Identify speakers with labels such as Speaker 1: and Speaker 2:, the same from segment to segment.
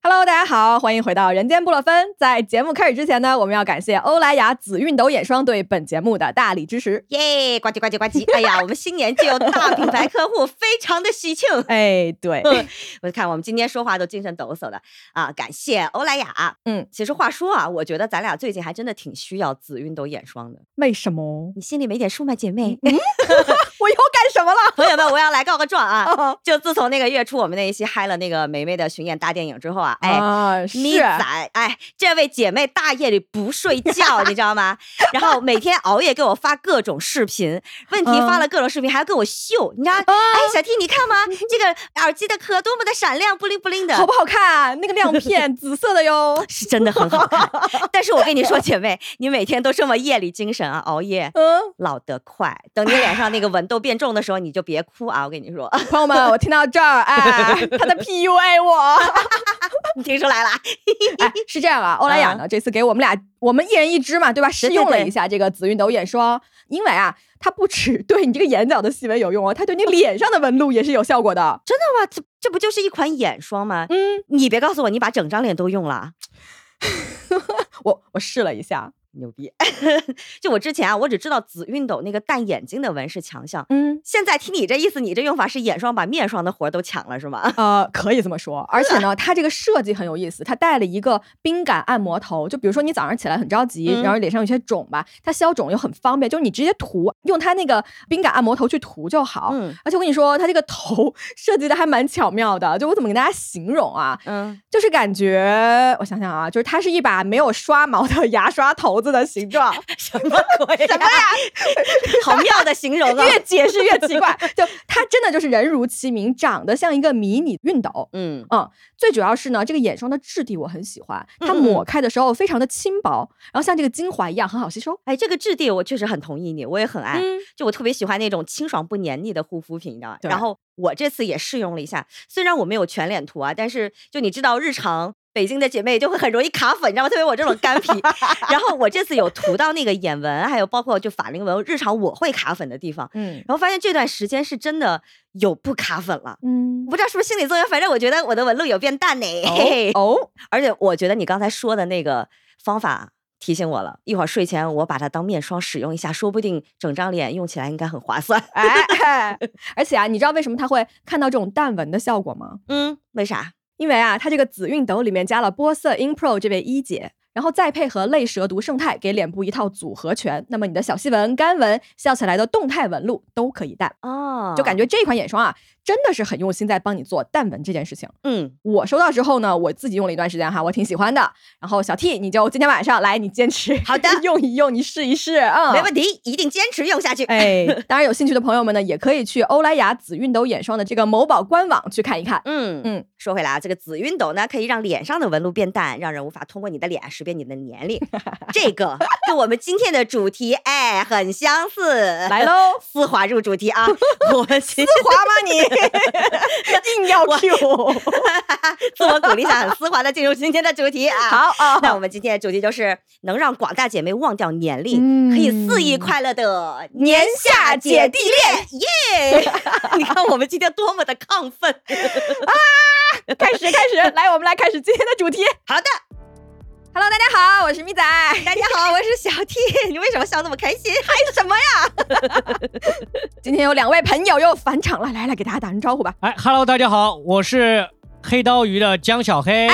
Speaker 1: Hello，大家好，欢迎回到《人间布洛芬》。在节目开始之前呢，我们要感谢欧莱雅紫熨斗眼霜对本节目的大力支持。
Speaker 2: 耶，呱唧呱唧呱唧！哎呀，我们新年就有大品牌客户，非常的喜庆。
Speaker 1: 哎，对，
Speaker 2: 我看我们今天说话都精神抖擞的啊！感谢欧莱雅。
Speaker 1: 嗯，
Speaker 2: 其实话说啊，我觉得咱俩最近还真的挺需要紫熨斗眼霜的。
Speaker 1: 为什么？
Speaker 2: 你心里没点数吗，姐妹？
Speaker 1: 嗯我又干什么了？
Speaker 2: 朋友们，我要来告个状啊！
Speaker 1: 哦
Speaker 2: 就自从那个月初我们那一期嗨了那个梅梅的巡演大电影之后啊， 哎，
Speaker 1: 啊，是
Speaker 2: 咪仔，哎，这位姐妹大夜里不睡觉，你知道吗？ 然后每天熬夜给我发各种视频，问题发了
Speaker 1: 嗯
Speaker 2: 各种视频，还要跟我秀，你知道？哎，小 T，你看吗？这个耳机的壳多么的闪亮，布灵布灵
Speaker 1: 好
Speaker 2: 的
Speaker 1: 不，好看？那个亮 片，紫色的哟。
Speaker 2: 是真的很好看。但是我跟你说，姐妹，你每天都这么夜里精神啊，熬夜。
Speaker 1: 嗯，
Speaker 2: 老得快，等你脸上那个纹都变重的时候，你就别哭啊！我跟你说，
Speaker 1: 朋友们，我听到这儿，哎，他在 PUA 我。
Speaker 2: 你听出来了？
Speaker 1: 哎，是这样啊，欧莱雅呢、这次给我们俩，我们一人一支嘛，对吧？试
Speaker 2: 嗯对
Speaker 1: 用了
Speaker 2: 对
Speaker 1: 一下这个紫熨斗眼霜，因为啊，它不只 对你这个眼角的细纹有用哦，它对你脸上的纹路也是有效果的。
Speaker 2: 哇，这这不就是一款眼霜吗？
Speaker 1: 嗯，
Speaker 2: 你别告诉我你把整张脸都用了。
Speaker 1: 我我试了一下，
Speaker 2: 牛逼！就我之前啊，我只知道紫熨斗那个戴眼镜的纹是强项，
Speaker 1: 嗯，
Speaker 2: 现在听你这意思，你这用法是眼霜把面霜的活儿都抢了是 吗？
Speaker 1: 呃，可以这么说。而且呢，它这个设计很有意思，它带了一个冰感按摩头，就比如说你早上起来很着急，
Speaker 2: 嗯
Speaker 1: 然后脸上有些肿吧，它消肿又很方便，就是你直接涂，用它那个冰感按摩头去涂就好。
Speaker 2: 嗯
Speaker 1: 而且我跟你说，它这个头 设计的还蛮巧妙的，就我怎么跟大家形容啊？
Speaker 2: 嗯，
Speaker 1: 就是感觉，我想想啊，就是它是一把没有刷毛的 牙刷头子的形状，
Speaker 2: 什么鬼、什么呀？ 好妙的形容啊！
Speaker 1: 嗯越解释越奇怪。就它真的就是人如其名，长得像一个迷你熨斗。
Speaker 2: 嗯
Speaker 1: 最主要是呢，这个眼霜的质地我很喜欢，它
Speaker 2: 嗯嗯
Speaker 1: 抹开的时候非常的轻薄，然后像这个精华一样很好吸收。
Speaker 2: 哎，这个质地我确实很同意你，我也很爱。
Speaker 1: 嗯，
Speaker 2: 就我特别喜欢那种清爽不黏腻的护肤品，你知道吧？
Speaker 1: 对
Speaker 2: 然后我这次也试用了一下，虽然我没有全脸涂啊，但是就你知道日常。北京的姐妹就会很容易卡粉，你知道吗？特别我这种干皮，然后我这次有涂到那个眼纹，还有包括就法令纹，日常我会卡粉的地方，
Speaker 1: 嗯
Speaker 2: 然后发现这段时间是真的有不卡粉了，
Speaker 1: 嗯
Speaker 2: 不知道是不是心理作用，反正我觉得我的纹路有变淡呢。嘿嘿。
Speaker 1: 哦，
Speaker 2: 而且我觉得你刚才说的那个方法提醒我了，一会儿睡前我把它当面霜使用一下，说不定整张脸用起来应该很划算。
Speaker 1: 哎，哎 而且啊，你知道为什么它会看到这种淡纹的效果吗？
Speaker 2: 嗯，为啥？
Speaker 1: 因为啊，它这个紫熨斗里面加了玻色 In Pro 这位一姐，然后再配合类蛇毒胜肽，给脸部一套组合拳。那么你的小细纹、干纹、笑起来的动态纹路都可以淡，
Speaker 2: 哦
Speaker 1: 就感
Speaker 2: 觉
Speaker 1: 觉这款眼霜啊，真的是很用心在帮你做淡纹这件事情。
Speaker 2: 嗯，
Speaker 1: 我收到之后呢，我自己用了一段时间哈，我挺喜欢的。然后小 T，你就今天晚上来，你坚持
Speaker 2: 好的
Speaker 1: 用一用，你试一试啊，
Speaker 2: 没问题，一定坚持用下去。
Speaker 1: 哎， 当然有兴趣的朋友们呢，也可以去欧莱雅紫熨斗眼霜的这个某宝官网去看一看。
Speaker 2: 嗯
Speaker 1: 嗯
Speaker 2: 嗯，说回来啊，这个紫熨斗呢，可以让脸上的纹路变淡，让人无法通过你的脸识别你的年龄。这个跟我们今天的主题哎很相似。，
Speaker 1: 来，喽
Speaker 2: 丝滑入主题啊， 我们今
Speaker 1: 滑吗你？ 硬要 Q。
Speaker 2: 自我鼓励一下，很丝滑的进入今天的主题啊。
Speaker 1: 好啊，
Speaker 2: 那我们今天的主题就是能让广大姐妹忘掉年
Speaker 1: 嗯
Speaker 2: 龄，可以肆意快乐的年下姐弟恋，耶！ 你看我们今天多么的亢奋。
Speaker 1: 开始开始，来，我们来开始今天的主题。
Speaker 2: 好的，
Speaker 1: Hello，大家好，我是咪仔。
Speaker 2: 大家好，我是小 T，你为什么笑那么开心？还什么 呀？
Speaker 1: 今天有两位朋友又返场了，来来给大家打声招呼吧。
Speaker 3: 哎哈喽，大家好，我是黑刀鱼的江小黑。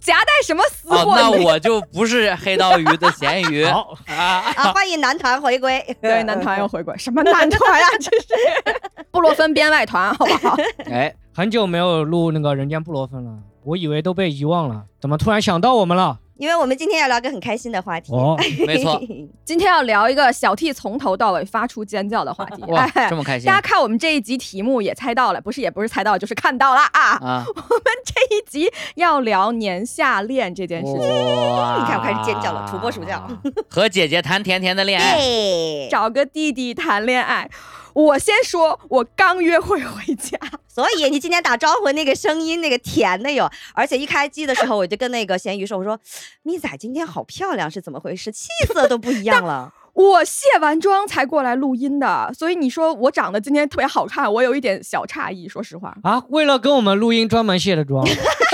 Speaker 1: 夹带什么私
Speaker 4: 哦，
Speaker 1: 货？
Speaker 4: 那我就不是黑刀鱼的咸鱼
Speaker 3: 好，
Speaker 4: 啊！
Speaker 2: 啊，欢迎男团回归。
Speaker 1: 对男团又回归，什么男团 呀、这是布洛芬编外团，好不好？
Speaker 4: 哎，
Speaker 3: 很久没有录那个《人间布罗芬》了，我以为都被遗忘了，怎么突然想到我们了？
Speaker 2: 因为我们今天要聊个很开心的话题。
Speaker 3: 哦，
Speaker 4: 没错，
Speaker 1: 今天要聊一个小 T 从头到尾发出尖叫的话 题。
Speaker 4: 哇，
Speaker 1: 哎
Speaker 4: 这么开心
Speaker 1: 大家看我们这一集题目也猜到了，不是也不是猜到，就是看到了啊！
Speaker 4: 啊！
Speaker 1: 我们这一集要聊年下恋这件事情。
Speaker 4: 哇
Speaker 2: 你看我开始尖叫了土拨鼠叫，
Speaker 4: 和姐姐谈甜甜的恋爱，
Speaker 2: 耶！
Speaker 1: 找个弟弟谈恋爱。我先说，我刚约会回家，
Speaker 2: 所以你今天打招呼那个声音，那个甜的哟。而且一开机的时候，我就跟那个咸鱼说：“我说，咪仔今天好漂亮，是怎么回事？气色都不一样了。
Speaker 1: 我卸完妆才过来录音的，所以你说我长得今天特别好看，我有一点小诧异，说实话。
Speaker 3: 啊！为了跟我们录音专门卸的妆，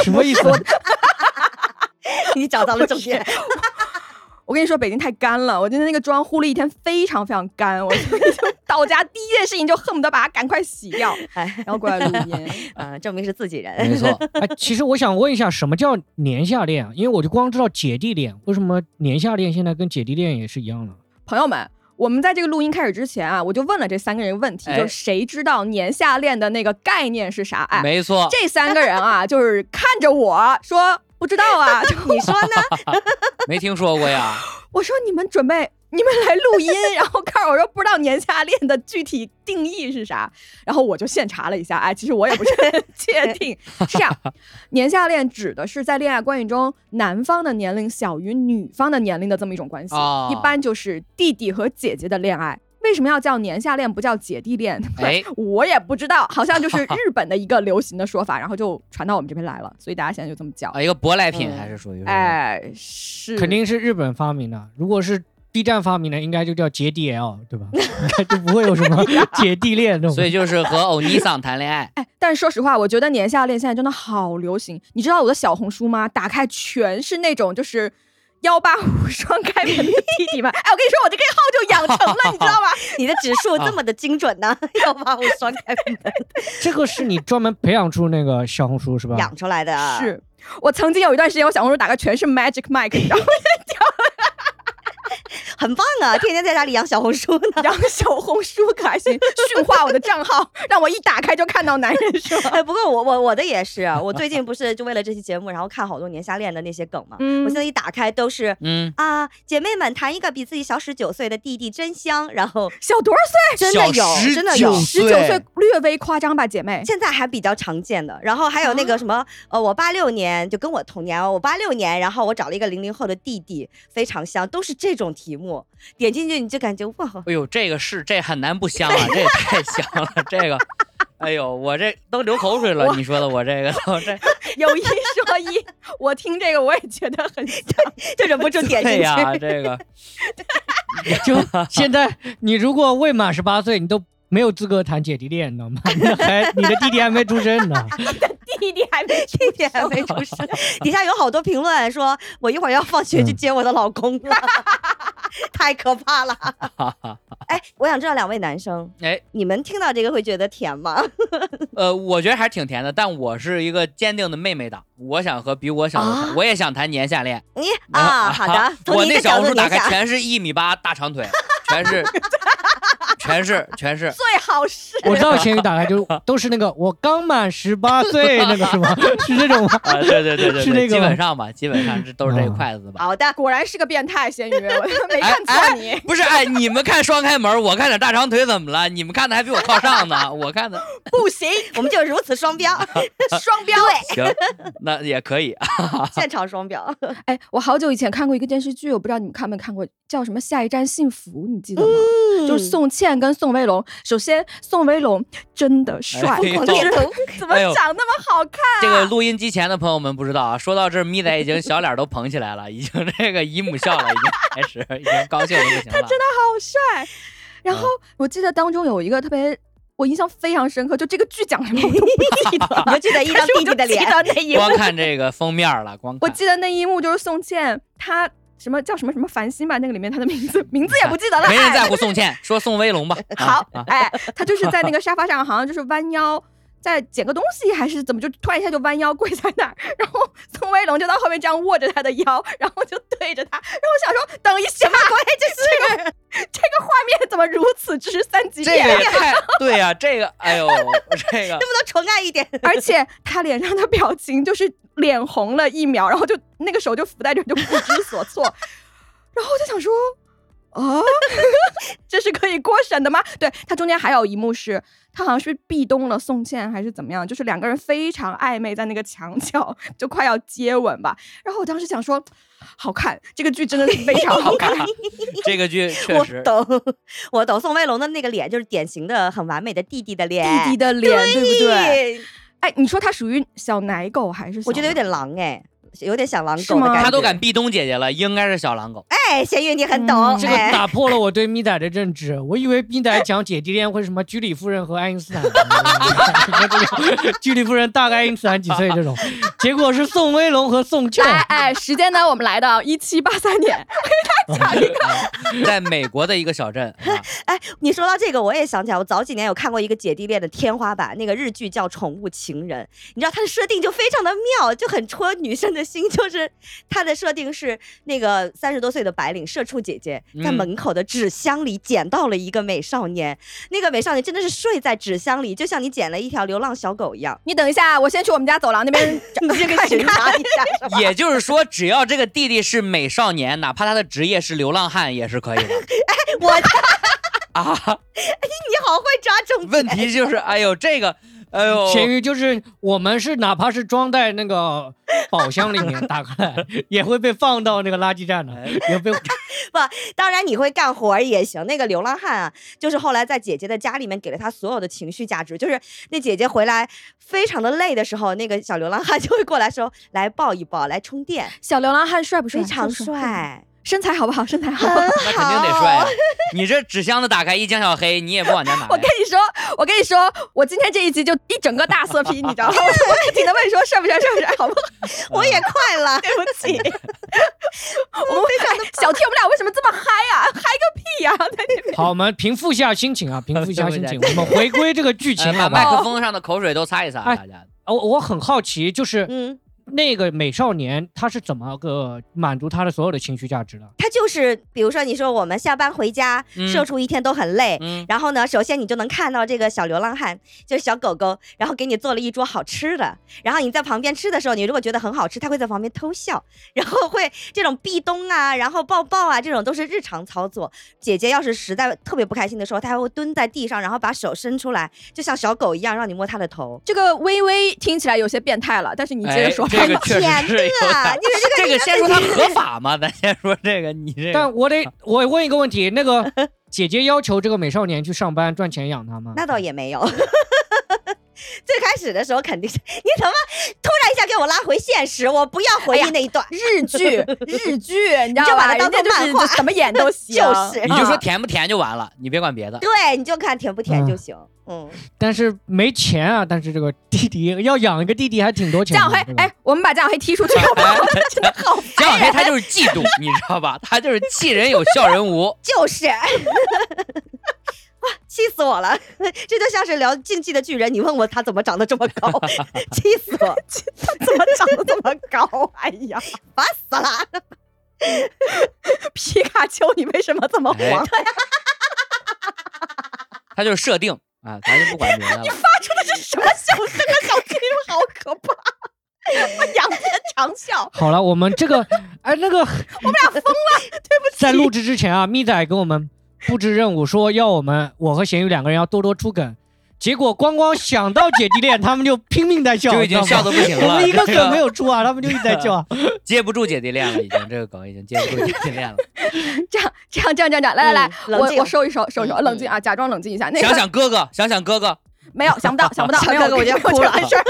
Speaker 3: 什么意思？
Speaker 2: 你找到了重 点。
Speaker 1: 我跟你说，北京太干了，我今天那个妆呼了一天，非常非常干。我就 到家第一件事情就恨不得把它赶快洗 掉，
Speaker 2: 哎，
Speaker 1: 然后过来录音。
Speaker 2: 嗯，证明是自己人。
Speaker 3: 没错。 哎，其实我想问一下，什么叫年下恋啊？因为我就光知道姐弟恋，为什么年下恋现在跟姐弟恋也是一样的？
Speaker 1: 朋友们，我们在这个录音开始之前啊，我就问了这三个人问题，
Speaker 4: 哎
Speaker 1: 就是谁知道年下恋的那个概念是啥？哎，
Speaker 4: 没错，
Speaker 1: 这三个人啊，就是看着我说不知道啊，就
Speaker 2: 你说呢？
Speaker 4: 没听说过呀？
Speaker 1: 我说你们准备， 你们来录音，然后告诉我说不知道年下恋的具体定义是啥，然后我就现查了一下，哎，其实我也不是很确 定。是这样，年下恋指的是在恋爱关系中，男方的年龄小于女方的年龄的这么一种关系，
Speaker 4: 哦
Speaker 1: 一般就是弟弟和姐姐的恋爱。为什么要叫年下恋不叫姐弟恋？
Speaker 4: 哎
Speaker 1: 我也不知道，好像就是日本的一个流行的说法，然后就传到我们这边来了，所以大家现在就这么叫。
Speaker 4: 啊，一个舶来品
Speaker 2: 嗯
Speaker 4: 还是属于
Speaker 1: 哎，是
Speaker 3: 肯定是日本发明的。如果是 B 站发明的，应该就叫姐弟 L，对吧？ 应该就不会有什么姐弟恋这种。
Speaker 4: 所以就是和欧尼桑谈恋爱，
Speaker 1: 哎但是说实话，我觉得年下恋现在真的好流行。你知道我的小红书吗？打开全是那种就是幺八五双开门的弟弟们。哎，我跟你说，我这个号就养成了，你知道吗？
Speaker 2: 你的指
Speaker 1: 啊
Speaker 2: 数这么的精准呢？ 要把我双 开门
Speaker 3: 这个是你专门培养出那个小红书是吧？
Speaker 2: 养出来的 啊。
Speaker 1: 是我曾经有一段时间，我小红书打开全是 Magic Mike，你知道吗？
Speaker 2: 很棒啊，天天在家里养小红书呢。
Speaker 1: 然后小红书可还行，驯化我的账号，让我一打开就看到男人 是吧？
Speaker 2: 哎，不过我我我的也是啊，我最近不是就为了这期节目，然后看好多年下恋的那些梗嘛。
Speaker 1: 嗯
Speaker 2: 我现在一打开都是
Speaker 4: 嗯，
Speaker 2: 啊，姐妹们谈一个比自己小十九岁的弟弟真香，然后
Speaker 1: 小多少岁？
Speaker 2: 真的有，
Speaker 4: 小
Speaker 2: 真的有。
Speaker 1: 十九岁，略微夸张吧，姐妹。
Speaker 2: 现在还比较常见的，然后还有那个什么，呃，我八六年就跟我同年哦，我八六年，然后我找了一个零零后的弟弟，非常香，都是这种题目，点进去你就感觉哇，
Speaker 4: 哎呦，这个是这很难不香啊，这也太香了， 这个。哎呦，我这都流口水了！你说的我这个 都这
Speaker 1: 有一说一，我听这个我也觉得 很像。
Speaker 2: 就忍不住点进
Speaker 4: 对呀、
Speaker 2: 去。
Speaker 4: 这个
Speaker 3: 就现在，你如果未满十八岁，你都没有资格谈姐弟恋，你知道吗？那还你的弟弟还没出生 呢。
Speaker 1: 弟弟还没
Speaker 2: 弟弟还没出生，底下有好多评论说，我一会儿要放学去接我的老公了，太可怕了。哎，我想知道两位男生，
Speaker 4: 哎
Speaker 2: 你们听到这个会觉得甜吗？
Speaker 4: 呃，我觉得还是挺甜的，但我是一个坚定的妹妹党，我想和比我小的，
Speaker 2: 啊
Speaker 4: 我也想谈年下恋。
Speaker 2: 你啊，好的，
Speaker 4: 我
Speaker 2: 从你
Speaker 4: 那
Speaker 2: 的
Speaker 4: 小
Speaker 2: 角
Speaker 4: 红
Speaker 2: 度
Speaker 4: 书打
Speaker 2: 你
Speaker 4: 开
Speaker 2: 想，
Speaker 4: 全是一米八大长腿，全是，全是，全是。
Speaker 1: 最好是
Speaker 3: 我知道闲鱼打开就都是那个我刚满十八岁那个 是吗？是这种吗？
Speaker 2: 哎
Speaker 4: 啊，对对对对，
Speaker 3: 是
Speaker 4: 对
Speaker 3: 那个
Speaker 4: 基
Speaker 3: 吗
Speaker 4: 本上吧，基本上这都是这一筷子吧。
Speaker 2: 好 的，
Speaker 1: 果然是个变态，咸鱼，我他妈没看错你。
Speaker 4: 不是，哎，你们看双开门，我看点大长腿怎么了？你们看的还比我靠上呢，我 看的
Speaker 1: 不行，
Speaker 2: 我们就如此双标，
Speaker 1: 双标。
Speaker 4: 行，那也可以。
Speaker 2: 现场双标。
Speaker 1: 哎，我好久以前看过一个电视剧，我不知道你们看没看过，叫什么《下一站幸福》，你记得吗？
Speaker 4: 嗯
Speaker 1: 就是宋茜跟宋威龙。首先，宋威龙真的帅，
Speaker 4: 哎
Speaker 1: 可
Speaker 4: 呦
Speaker 1: 是
Speaker 4: 点
Speaker 1: 怎么
Speaker 4: 哎
Speaker 2: 啊
Speaker 4: 呦
Speaker 1: 长那么好看？
Speaker 4: 这个录音机前的朋友们不知道啊，说到这儿，咪仔已经小脸都捧起来了，已经这个姨母笑了，已经开始，已经高兴的不行了。
Speaker 1: 好帅。然
Speaker 4: 哎
Speaker 1: 后我记得当中有一个特别。我印象非常深刻，就这个剧讲什么我都不记得
Speaker 2: 你
Speaker 1: 了，
Speaker 2: 就记得一张
Speaker 1: 但是我
Speaker 2: 弟弟的
Speaker 1: 就记
Speaker 2: 脸，
Speaker 4: 啊
Speaker 1: 得那一幕
Speaker 4: 光看这个封面了，光
Speaker 1: 我
Speaker 4: 看
Speaker 1: 记得那一幕就是宋茜，她什么叫什么什么繁星吧，那个里面她的名字名字也不记得了，
Speaker 4: 没人在
Speaker 1: 哎
Speaker 4: 乎宋茜，说宋威 龙吧。啊
Speaker 1: 好，哎，她就是在那个沙发上，好像就是弯腰。在捡个东西还是怎么，就突然一下就弯腰跪在那儿，然后宋威龙就到后面这样握着她的腰，然后就对着她，然后我想说，等一下，这这个这个画面怎么如此之三级
Speaker 4: 这个
Speaker 1: 片
Speaker 4: 也？太对呀、这个哎呦，这个
Speaker 2: 能不能纯爱一点？
Speaker 1: 而且她脸上的表情就是脸红了一秒，然后就那个手就浮在这儿，就不知所 措。然后我就想说， 啊，这是可以过审的吗？对，她中间还有一幕是，她好像是壁咚了宋茜还是怎么样，就是两个人非常暧昧，在那个墙角就快要接吻吧。然后我当时想说，好看，这个剧真的是非常好看。
Speaker 4: 这个剧确
Speaker 2: 我
Speaker 4: 实
Speaker 2: 懂，我懂。宋威龙的那个脸就是典型的很完美的弟弟的脸，
Speaker 1: 弟弟的脸，对不对？
Speaker 2: 对，
Speaker 1: 哎，你说他属于小奶狗还是？
Speaker 2: 我觉得有。点狼哎，有点想狼
Speaker 1: 是
Speaker 2: 狗的
Speaker 1: 吗
Speaker 2: 感觉。
Speaker 4: 他都敢壁咚姐姐了，应该是小狼狗。哎，
Speaker 2: 哎，咸鱼你很懂，
Speaker 1: 嗯
Speaker 3: 这个
Speaker 2: 哎
Speaker 3: 打破了我对米仔的认知，我以为米仔讲姐弟恋会什么居里夫人和爱因 斯 坦，居里夫人大概爱因斯坦几岁这种，结果是宋威龙和宋茜。
Speaker 1: 哎哎，时间呢？我们来到一七八三年，
Speaker 4: 啊在美国的一个小镇啊，
Speaker 2: 哎，你说到这个，我也想起来，我早几年有看过一个姐弟恋的天花板，那个日剧叫《宠物情人》，你知道它的设定就非常的妙，就很戳女生的心， 就是它的设定是那个三十多岁的白领社畜姐姐在
Speaker 4: 嗯
Speaker 2: 门口的纸箱里捡到了一个美少年，那个美少年真的是睡在纸箱里，就像你捡了一条流浪小狗一样，
Speaker 1: 你等一下，我先去我们家走廊那 边
Speaker 2: 你这个巡查一下是吧？
Speaker 4: 啊也就是说，只要这个弟弟是美少年，哪怕他的职业是流浪汉，也是可以的
Speaker 2: 我 哎
Speaker 4: 啊。
Speaker 2: 你好会抓重
Speaker 4: 问
Speaker 2: 点，
Speaker 4: 题就是，哎呦，这个，哎呦，
Speaker 3: 咸鱼就是我们是哪怕是装在那个宝箱里面打开来，也会被放到那个垃圾站的，也被
Speaker 2: 当然你会干活儿也行。那个流浪汉啊，就是后来在姐姐的家里面给了他所有的情绪价值，就是那姐姐回来非常的累的时候，那个小流浪汉 就会过来说：“来抱一抱，来充电。
Speaker 1: 小流浪汉帅不”帅？
Speaker 2: 非常
Speaker 1: 帅不帅，
Speaker 2: 帅， 嗯
Speaker 1: 身材好不好？身材好不好。
Speaker 4: 那肯定得帅啊。你这纸箱子打开一江小黑，你也不往啊家拿呀。
Speaker 1: 我跟你说，我跟你说，我今天这一集就一整个大色批，你知 道吗？我不停的问说帅不帅，帅不帅，好不好？
Speaker 2: 我
Speaker 4: 嗯
Speaker 2: 也快了。
Speaker 1: 对不起，
Speaker 4: 呃
Speaker 1: 我们非常的小 T，我们俩为什么这么嗨呀、嗨个屁呀、啊在这边。
Speaker 3: 好，我们平复一下心情啊，平复一下心情，我们回归这个剧情
Speaker 4: 呃把
Speaker 3: 好
Speaker 4: 麦
Speaker 3: 吧？
Speaker 4: 克风上的口水都擦一擦，
Speaker 3: 哎
Speaker 4: 大家。
Speaker 3: 我我很好奇，就是
Speaker 2: 嗯，
Speaker 3: 那个美少年他是怎么个满足他的所有的情绪价值的？
Speaker 2: 他就是，比如说你说我们下班回家，
Speaker 4: 嗯
Speaker 2: 社畜一天都很累。
Speaker 4: 嗯，
Speaker 2: 然后呢，首先你就能看到这个小流浪汉，就是小狗狗，然后给你做了一桌好吃的。然后你在旁边吃的时候，你如果觉得很好吃，它会在旁边偷笑，然后会这种壁咚啊，然后抱抱啊，这种都是日常操作。姐姐要是实在特别不开心的时候，她还会蹲在地上，然后把手伸出来，就像小狗一样，让你摸它的头。
Speaker 1: 这个微微听起来有些变态了，但是你接着说
Speaker 4: 哎
Speaker 1: 吧。
Speaker 4: 这个确实
Speaker 2: 天
Speaker 4: 是有
Speaker 2: 呐
Speaker 4: 点，
Speaker 2: 你说
Speaker 4: 这个先说它合法吗？咱先说这个，你这个
Speaker 3: 但我得我问一个问题，那个姐姐要求这个美少年去上班赚钱养他吗？
Speaker 2: 那倒也没有。 最开始的时候肯定是你怎么突然一下给我拉回现实？我不要回
Speaker 1: 哎
Speaker 2: 忆
Speaker 1: 呀
Speaker 2: 那一段，
Speaker 1: 日剧，日剧， 你知
Speaker 2: 你就
Speaker 1: 道
Speaker 2: 把
Speaker 1: 吧？
Speaker 2: 它当
Speaker 1: 人家
Speaker 2: 做
Speaker 1: 就是
Speaker 2: 漫画
Speaker 1: 就怎么演都行。嗯
Speaker 2: 就是
Speaker 4: 你
Speaker 1: 啊
Speaker 4: 就说甜不甜就完了，你别 管别的。
Speaker 2: 对，你就看甜不甜就
Speaker 3: 嗯
Speaker 2: 行。嗯，
Speaker 3: 但是没钱啊！但是这个弟弟要养一个弟弟还挺多钱
Speaker 1: 江
Speaker 3: 的。
Speaker 1: 小黑
Speaker 3: 对，吧
Speaker 1: 哎，我们把江小黑踢出去
Speaker 4: 嗯
Speaker 1: 好不好？他真的好烦
Speaker 4: 哎 江小黑他就是嫉妒，你知道吧？ 他就是气人有笑人无。
Speaker 2: 就是， 哇，气死我了！这就像是聊《竞技的巨人》，你问我他怎么长得这么高， 气死 我，
Speaker 1: 怎么长得这么高？哎呀，
Speaker 2: 烦死了！
Speaker 1: 皮卡丘，你为什么这么黄？
Speaker 4: 哎他就是设定啊，咱就不管 别的了。
Speaker 1: 这是什么笑？这个小鸡好可怕！我仰天长笑，
Speaker 3: 好了，我们这个哎那个，我们俩疯了，对不起。在录制之前啊，咪仔给我们布置任务，说要我们我和咸鱼两个人要多多出梗。结果光光想到姐弟恋，他们就拼命在笑，
Speaker 4: 就已经
Speaker 3: 你知道吗
Speaker 4: 笑得不行了
Speaker 3: 我们一个
Speaker 4: 这个
Speaker 3: 梗没有出啊，他们就一直在笑啊。
Speaker 4: 接不住姐弟恋了，已经这个梗已经接不住姐弟 恋了。
Speaker 1: 这样这样这样这样这样，来来来，
Speaker 2: 嗯冷
Speaker 1: 我
Speaker 2: 静
Speaker 1: 我收一收，收一收，
Speaker 4: 嗯
Speaker 1: 冷静啊，假装冷静一下。那个
Speaker 4: 想想哥哥，想想 哥哥，啊
Speaker 1: 没有想不到，想不到，
Speaker 2: 小
Speaker 1: 没有
Speaker 2: 哥哥我就哭了
Speaker 1: 没事儿。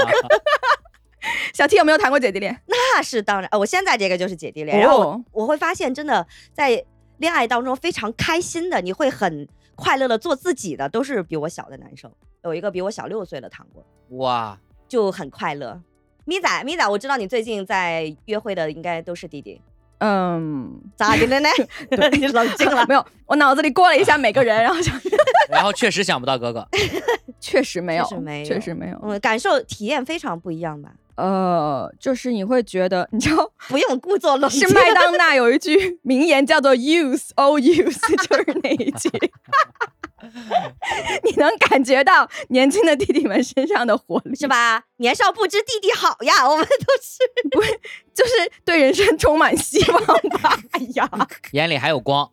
Speaker 1: 小 T 有没有谈过姐弟恋？
Speaker 2: 那是当然，呃我现在这个就是姐弟恋，然后我
Speaker 1: 哦
Speaker 2: 我会发现，真的在恋爱当中非常开心的，你会很快乐的做自己的，都是比我小的男生。有一个比我小六岁的谈过，
Speaker 4: 哇，
Speaker 2: 就很快乐。咪仔，咪仔，我知道你最近在约会的应该都是弟弟，
Speaker 1: 嗯， 。
Speaker 2: 咋的了呢？ 你冷静了
Speaker 1: 没有，我脑子里过了一下每个人，然后想，
Speaker 4: 然后确实想不到哥哥，
Speaker 1: 确实没有
Speaker 2: 确实没，有
Speaker 1: 确实没有。
Speaker 2: 嗯，感受体验非常不一样吧？
Speaker 1: 呃，就是你会觉得，你知道，
Speaker 2: 不用故作冷静
Speaker 1: 是。麦当娜有一 句名言叫做 “use all use”，就是 那一句。你能感觉到年轻的弟弟们身上的活力，
Speaker 2: 是？吧？年少不知弟弟好呀，我们都是
Speaker 1: 就是对人生充满希望 吧。哎呀，
Speaker 4: 眼里还 有光。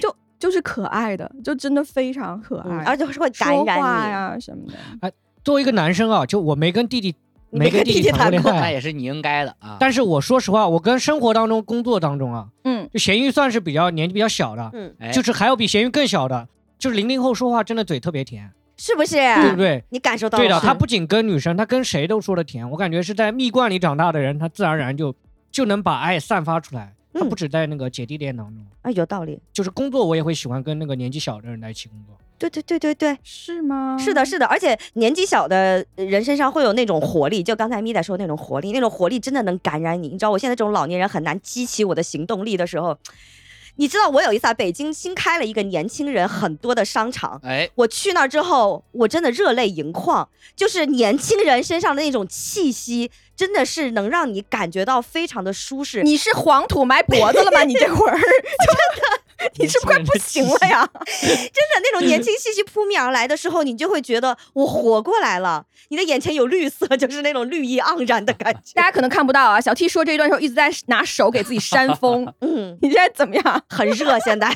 Speaker 1: 就就是可爱的，就真的非常可爱，
Speaker 2: 而且会感
Speaker 1: 哎说话
Speaker 2: 染
Speaker 1: 呀什么的。
Speaker 3: 作为一个男生啊，就我没跟弟弟
Speaker 2: 你
Speaker 3: 没
Speaker 2: 没
Speaker 3: 跟
Speaker 2: 跟
Speaker 3: 弟
Speaker 2: 弟弟谈
Speaker 3: 谈过
Speaker 2: 过
Speaker 3: 恋
Speaker 4: 那
Speaker 3: 爱，
Speaker 4: 也是你应该的啊。
Speaker 3: 但是我说实话，我跟生活当中、工作当中啊，
Speaker 1: 嗯，
Speaker 3: 就咸鱼算是比较年纪比较小的，
Speaker 2: 你，嗯，
Speaker 4: 哎
Speaker 3: 就是还有比咸鱼更小的，就是零零后说话真的嘴特别甜，
Speaker 2: 是不是？
Speaker 3: 对不对？
Speaker 2: 你感受到了
Speaker 3: 对的，
Speaker 2: 吗
Speaker 3: 他不仅跟女生，他跟谁都说的甜。我感觉是在蜜罐里长大的人，他自然而然就就能把爱散发出来。它
Speaker 2: 嗯
Speaker 3: 不止在那个姐弟恋当中，
Speaker 2: 啊，有道理。
Speaker 3: 就是工作我也会喜欢跟那个年纪小的人在一起工作。
Speaker 2: 对对对对对，
Speaker 1: 是吗？
Speaker 2: 是的，，是的，而且年纪小的人身上会有那种活力，就刚才米仔说的那种活力，那种活力真的能感染你。你知道，我现在这种老年人很难激起我的行动力的时候，你知道我有一次啊，北京新开了一个年轻人很多的商场。
Speaker 4: 哎，
Speaker 2: 我去那儿之后，我真的热泪盈眶，就是年轻人身上的那种气息，真的是能让你感觉到非常的舒适。
Speaker 1: 你是黄土埋脖子了 吗？你这会儿真的，你是快不行了呀？
Speaker 2: 真的那种年轻气息扑面而来的时候，你就会觉得我活过来了，你的眼前有绿色， 就是那种绿意盎然的 感觉。。
Speaker 1: 大家可能看不到啊，小 T 说这一段时候一直在拿手给自己扇 风
Speaker 2: 嗯，
Speaker 1: 你现在怎么 样？
Speaker 2: 很热，现在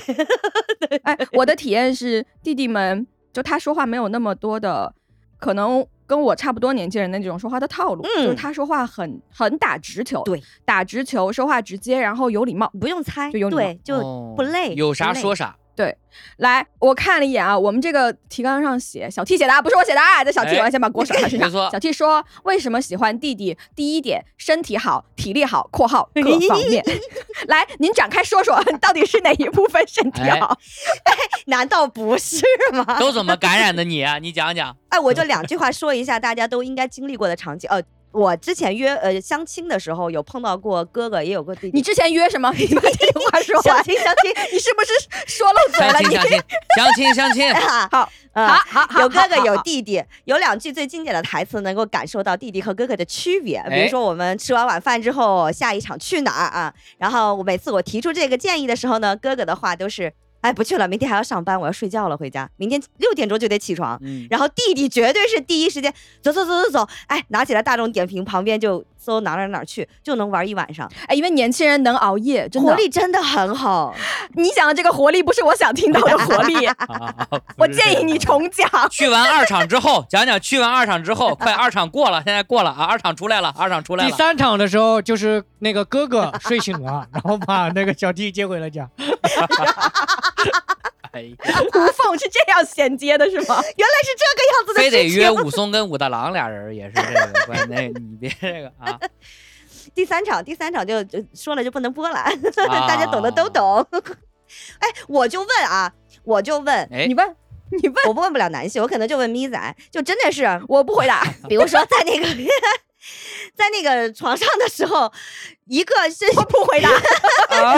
Speaker 1: 哎，我的体验是，弟弟们就他说话没有那么多的，可能跟我差不多年纪人的那种说话的套路，
Speaker 2: 嗯
Speaker 1: 就是他说话很很打直球，
Speaker 2: 对，
Speaker 1: 打直球，说话直接，然后有礼貌。
Speaker 2: 不用猜，
Speaker 1: 就有礼
Speaker 2: 对，就
Speaker 4: 哦
Speaker 2: 不累，
Speaker 4: 有啥
Speaker 2: 不累
Speaker 4: 说。啥。
Speaker 1: 来，我看了一眼啊，我们这个提纲上写小 T 写的，啊，不是我写的，啊，这小 T 我
Speaker 4: 哎
Speaker 1: 要先把锅甩到他 身
Speaker 4: 没错
Speaker 1: 上。小 T 说，为什么喜欢弟弟？第一点，身体好，体力好（括 号各方面）。 来，您展开说 说，到底是哪一部分身体
Speaker 4: 哎
Speaker 1: 好？
Speaker 2: 难道不是吗？
Speaker 4: 都怎么感染的你啊？你 讲讲。
Speaker 2: 哎，我就两句话说一下大家都应该经历过的场景。呃，我之前约呃相亲的时候有碰到过哥哥，也有过弟弟。
Speaker 1: 你之前约什么？ 你把这句话说
Speaker 2: 相
Speaker 1: 完，
Speaker 2: 亲相 亲
Speaker 1: 你是不是说漏嘴
Speaker 4: 相
Speaker 1: 了？
Speaker 4: 亲
Speaker 1: 你
Speaker 4: 相亲相亲相亲，
Speaker 2: 啊，
Speaker 1: 好
Speaker 2: 呃
Speaker 1: 好好好，
Speaker 2: 有哥哥
Speaker 1: 好
Speaker 2: 有
Speaker 1: 好
Speaker 2: 弟弟，有两句最经典的台词能够感受到弟弟和哥哥的区别。比
Speaker 4: 哎
Speaker 2: 如说我们吃完晚饭之后，下一场去哪儿啊？然后我每次我提出这个建议的时候呢，哥哥的话都是：哎，不去了，明天还要上班，我要睡觉了，回家，明天六点钟就得起床。
Speaker 4: 嗯，
Speaker 2: 然后弟弟绝对是第一时间走走走走走，哎，拿起来大众点评旁边就搜哪儿哪儿哪儿去，就能玩一晚上，
Speaker 1: 哎，因为年轻人能熬夜，真的。
Speaker 2: 活力真的很好。
Speaker 1: 你讲的这个活力不是我想听到的活力，
Speaker 4: 啊不是
Speaker 1: 我建议你
Speaker 4: 这个
Speaker 1: 重讲。
Speaker 4: 去完二场之后，讲讲去完二场之后，快二场过了，现在过了啊，二场出来了，二场出来
Speaker 3: 第
Speaker 4: 了。
Speaker 3: 三场的时候，就是那个哥哥睡醒了，然后把那个小弟接回了家。
Speaker 4: 哎呀，
Speaker 1: 无缝是这样衔接的，是吗？
Speaker 2: 原来是这个样子的
Speaker 4: 非
Speaker 2: 事情。
Speaker 4: 得约武松跟武大郎俩人也是这个关系，那你别这个啊，
Speaker 2: 第三场，第三场就就说了就不能播了，
Speaker 4: 啊
Speaker 2: 大家懂的都懂。 哎，我就问啊，我就问，
Speaker 4: 哎
Speaker 1: 你，问，你问，
Speaker 2: 我不问不了男性，我可能就问咪仔，就真的是，
Speaker 1: 我不回答。
Speaker 2: 比如说在那个 在那个床上的时候，一个是我不 回答，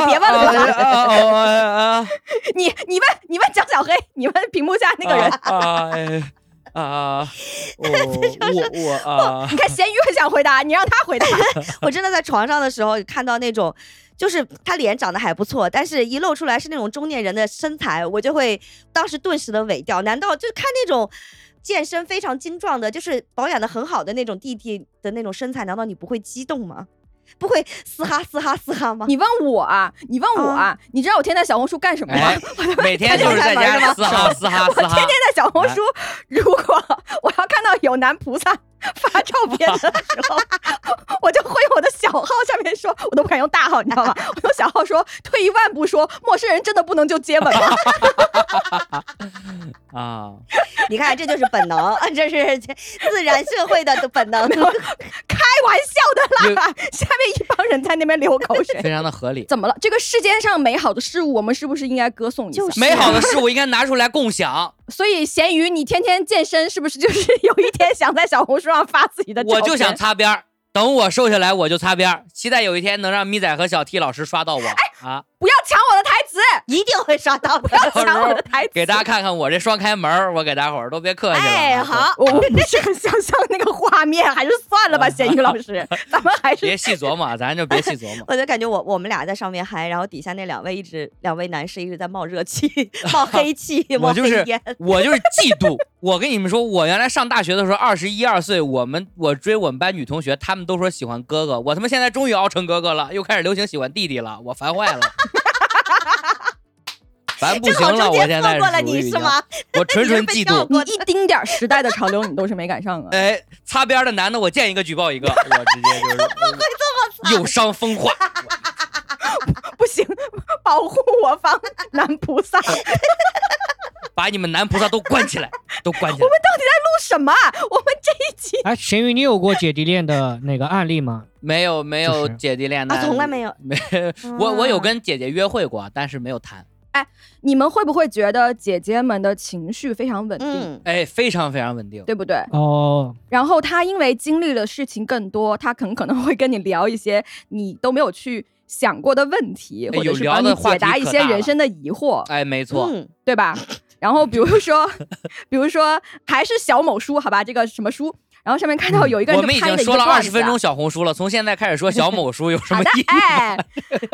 Speaker 4: 别
Speaker 1: 忘了
Speaker 4: 啊啊啊啊啊！
Speaker 1: 你你问你问蒋小黑，你问屏幕下那个人。
Speaker 4: 啊哎啊，我我我啊
Speaker 1: 你看咸鱼很想回答，你让他回答。
Speaker 2: 我真的在床上的时候看到那种，就是他脸长得还不错，但是一露出来是那种中年人的身材，我就会当时顿时的萎掉。难道就是看那种健身非常精壮的，就是保养的很好的那种弟弟的那种身材，难道你不会激动吗？不会嘶哈嘶哈嘶哈吗？
Speaker 1: 你问我啊，你问我啊，你知道我天天在小红书干什么吗？
Speaker 4: 哎， 每天就是在家啊嘶哈嘶哈
Speaker 1: 我
Speaker 4: 嘶
Speaker 1: 天
Speaker 4: 哈
Speaker 1: 天，在小红书，
Speaker 4: 哎
Speaker 1: 如果我要看到有男菩萨发照片的时候， 我就会用我的小号下面说，我都不敢用大号，你知道吗？我用小号说，退一万步说，陌生人真的不能就接 吻吗？
Speaker 4: 啊，
Speaker 2: 你看，这就是本能，啊这 是这自然社会的本能。
Speaker 1: 开玩笑的啦，下面一帮人在那边流口水。
Speaker 4: 非常的合理。
Speaker 1: 怎么了？这个世界上美好的事物，我们是不是应该歌颂一下？
Speaker 2: 就是
Speaker 4: 美好的事物应该拿出来共享，
Speaker 1: 所以，咸鱼，你天天健身，是不是就是有一天想在小红书上发自己的照
Speaker 4: 我
Speaker 1: 片？
Speaker 4: 就想擦边儿。等我瘦下来，我就擦边儿。期待有一天能让咪仔和小 T 老师刷
Speaker 2: 哎
Speaker 4: 到我啊，
Speaker 1: 不要抢我的台词，
Speaker 2: 一定会刷到的。
Speaker 1: 不要抢我的台词，
Speaker 4: 给大家。看看我这双开门儿，我给大伙儿都别客气了。啊
Speaker 2: 哎，好，
Speaker 1: 我我不是很想象那个画面，还是算了吧，咸鱼老 师，咱们还是
Speaker 4: 别细琢磨，啊咱就别细琢 磨。
Speaker 2: 我就感觉我我们俩在上面嗨，然后底下那两位一直两位男士一直在冒热气、 冒黑气、
Speaker 4: 我
Speaker 2: 冒
Speaker 4: 就
Speaker 2: 黑
Speaker 4: 是
Speaker 2: 烟。
Speaker 4: 我就是嫉妒。我跟你们说，我原来上大学的时候，二十一二岁，我们我追我们班女同学，她们都说喜欢哥哥，我他妈现在终于熬成哥哥了，又开始流行喜欢弟弟了，我烦坏 了。烦不
Speaker 2: 正好
Speaker 4: 行了，
Speaker 2: 中
Speaker 4: 我
Speaker 2: 间
Speaker 4: 现
Speaker 2: 错
Speaker 4: 在
Speaker 2: 过了
Speaker 4: 属于
Speaker 2: 你
Speaker 4: 已
Speaker 2: 是
Speaker 4: 经
Speaker 2: 吗？啊
Speaker 4: 我纯纯嫉妒。
Speaker 1: 你一丁点儿时代的潮流，你都是没赶上啊。
Speaker 4: 哎，擦边的男的，我见一个举报一个，我直 接就是有伤风化。
Speaker 1: 不行，保护我 方男菩萨。
Speaker 4: 把你们男菩萨都关起来，都关起
Speaker 2: 嗯
Speaker 4: 来。
Speaker 1: 录什么啊？我们这一集。
Speaker 3: 哎，咸鱼，你有过姐弟恋的那个案例吗？
Speaker 4: 没有没有
Speaker 3: 就是
Speaker 4: 姐弟恋的
Speaker 2: 啊，
Speaker 4: 案例，
Speaker 2: 从来没有。
Speaker 4: 没，我我
Speaker 1: 嗯
Speaker 4: 有跟姐姐约会过，但是没有谈。
Speaker 1: 你们会不会觉得姐姐们的情绪非常稳定，
Speaker 2: 嗯，
Speaker 4: 哎，非常非常稳定。
Speaker 1: 对不对？
Speaker 3: 哦，
Speaker 1: 然后她因为经历了事情更多，她很可能会跟你聊一些你都没有去想过的问题，
Speaker 4: 哎
Speaker 1: 或者
Speaker 4: 有
Speaker 1: 是
Speaker 4: 聊
Speaker 1: 帮你
Speaker 4: 的话
Speaker 1: 解
Speaker 4: 题
Speaker 1: 答一
Speaker 4: 可
Speaker 1: 些
Speaker 4: 大
Speaker 1: 人
Speaker 4: 了
Speaker 1: 生的疑惑，
Speaker 4: 哎，没错，
Speaker 2: 嗯
Speaker 1: 对吧？然后比如说， 比如说还是小某书，好吧，这个什么书？然后上面看到有一个人
Speaker 4: 嗯我
Speaker 1: 就
Speaker 4: 们已
Speaker 1: 拍
Speaker 4: 经
Speaker 1: 了一个
Speaker 4: 说了
Speaker 1: 段
Speaker 4: 二
Speaker 1: 子啊
Speaker 4: 十分钟小红书了，从现在开始说小某书有什
Speaker 1: 好
Speaker 4: 么
Speaker 1: 的
Speaker 4: 意义？，
Speaker 1: 哎，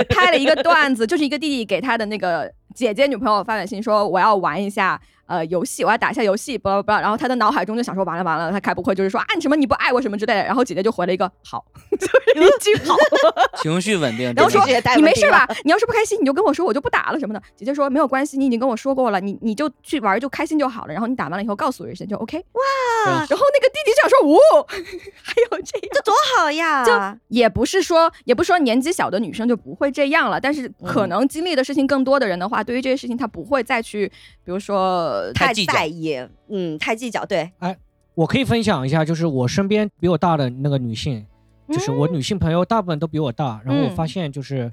Speaker 1: 拍了一个段子，就是一个弟弟给他的那个姐姐女朋友发短信说我要玩一下呃游戏，我要打一下游戏，不不不，然后他的脑海中就想说完了完了，他该不会就是说啊你什么你不爱我什么之类的，然后姐姐就回了一个好，就是一
Speaker 2: 嗯
Speaker 1: 句好，
Speaker 4: 情绪 稳定。
Speaker 1: 然后
Speaker 4: 真
Speaker 1: 说
Speaker 4: 的
Speaker 2: 这也太
Speaker 1: 你
Speaker 2: 稳
Speaker 1: 没
Speaker 2: 定
Speaker 1: 事
Speaker 2: 了
Speaker 1: 吧？你要是不开心你就跟我说，我就不打了什么的。姐姐说没有关系，你已经跟我说过了，你你就去玩就开心就好了，然后你打完了以后告诉我一声就 OK。哇，
Speaker 2: 嗯
Speaker 1: 然后那个弟弟就想说哦， 还有这样。
Speaker 2: 这多好呀！
Speaker 1: 就也不是说，也不是说年纪小的女生就不会这样了，但是
Speaker 2: 嗯
Speaker 1: 可能经历的事情更多的人的话，对于这些事情，她不会再去，比如说，
Speaker 2: 太
Speaker 4: 太计较
Speaker 2: 在意，嗯，太计较，对，
Speaker 3: 我可以分享一下，就是我身边比我大的那个女性，
Speaker 2: 嗯
Speaker 3: 就是我女性朋友大部分都比我大，然后我
Speaker 1: 嗯
Speaker 3: 发现就是，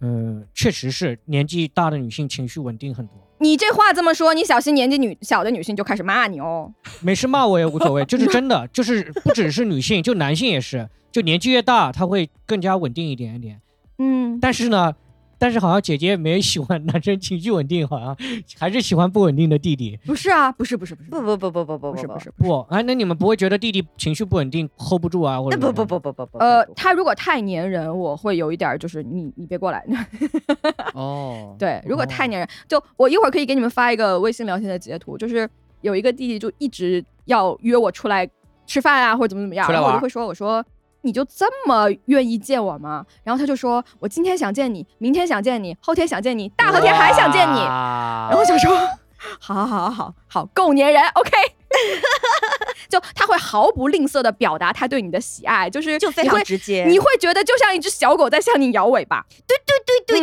Speaker 3: 嗯、确实是年纪大的女性情绪稳定很多。
Speaker 1: 你这话这么说，你小心年纪女小的女性就开始骂你哦。
Speaker 3: 没事骂我也无 所谓，就是真的，就是不只是女性，就男性也是，就年纪越大，他会更加稳定一点一点。
Speaker 1: 嗯，
Speaker 3: 但是呢，但是好像姐姐没喜欢男生情绪稳定，好像还是喜欢不稳定的弟弟。
Speaker 1: 不是啊，不是，不是，不是，
Speaker 2: 不不不不不不
Speaker 1: 不是，不，是，不是。
Speaker 3: 不，哎，那你们不会觉得弟弟情绪不稳定 hold 不住啊，或
Speaker 2: 那
Speaker 3: 者
Speaker 2: 不
Speaker 3: 怎么
Speaker 2: 不
Speaker 3: 样
Speaker 2: 不不不不，
Speaker 1: 呃
Speaker 2: 不，
Speaker 1: 他如果太粘人，我会有一点儿就是你你别过来。
Speaker 4: 哦，
Speaker 1: 对，如果太
Speaker 3: 哦
Speaker 1: 粘人，就我一会儿可以给你们发一个微信聊天的截图，就是有一个弟弟就一直要约我出来吃饭啊，或者怎么怎么样，
Speaker 4: 出来
Speaker 1: 然后我
Speaker 4: 玩
Speaker 1: 就
Speaker 4: 儿
Speaker 1: 会说，我说你就这么愿意见我吗？然后他就说我今天想见你，明天想见你，后天想见你，大后天还想见你，
Speaker 4: 哇
Speaker 1: 然后我想说， 好好好好好，够粘人，OK。就他会毫不吝啬的表达他对你的喜爱，就是
Speaker 2: 就非
Speaker 1: 你
Speaker 2: 常
Speaker 1: 会
Speaker 2: 直接
Speaker 1: 你会觉得就像一只小狗在向你摇尾巴，嗯
Speaker 2: 对对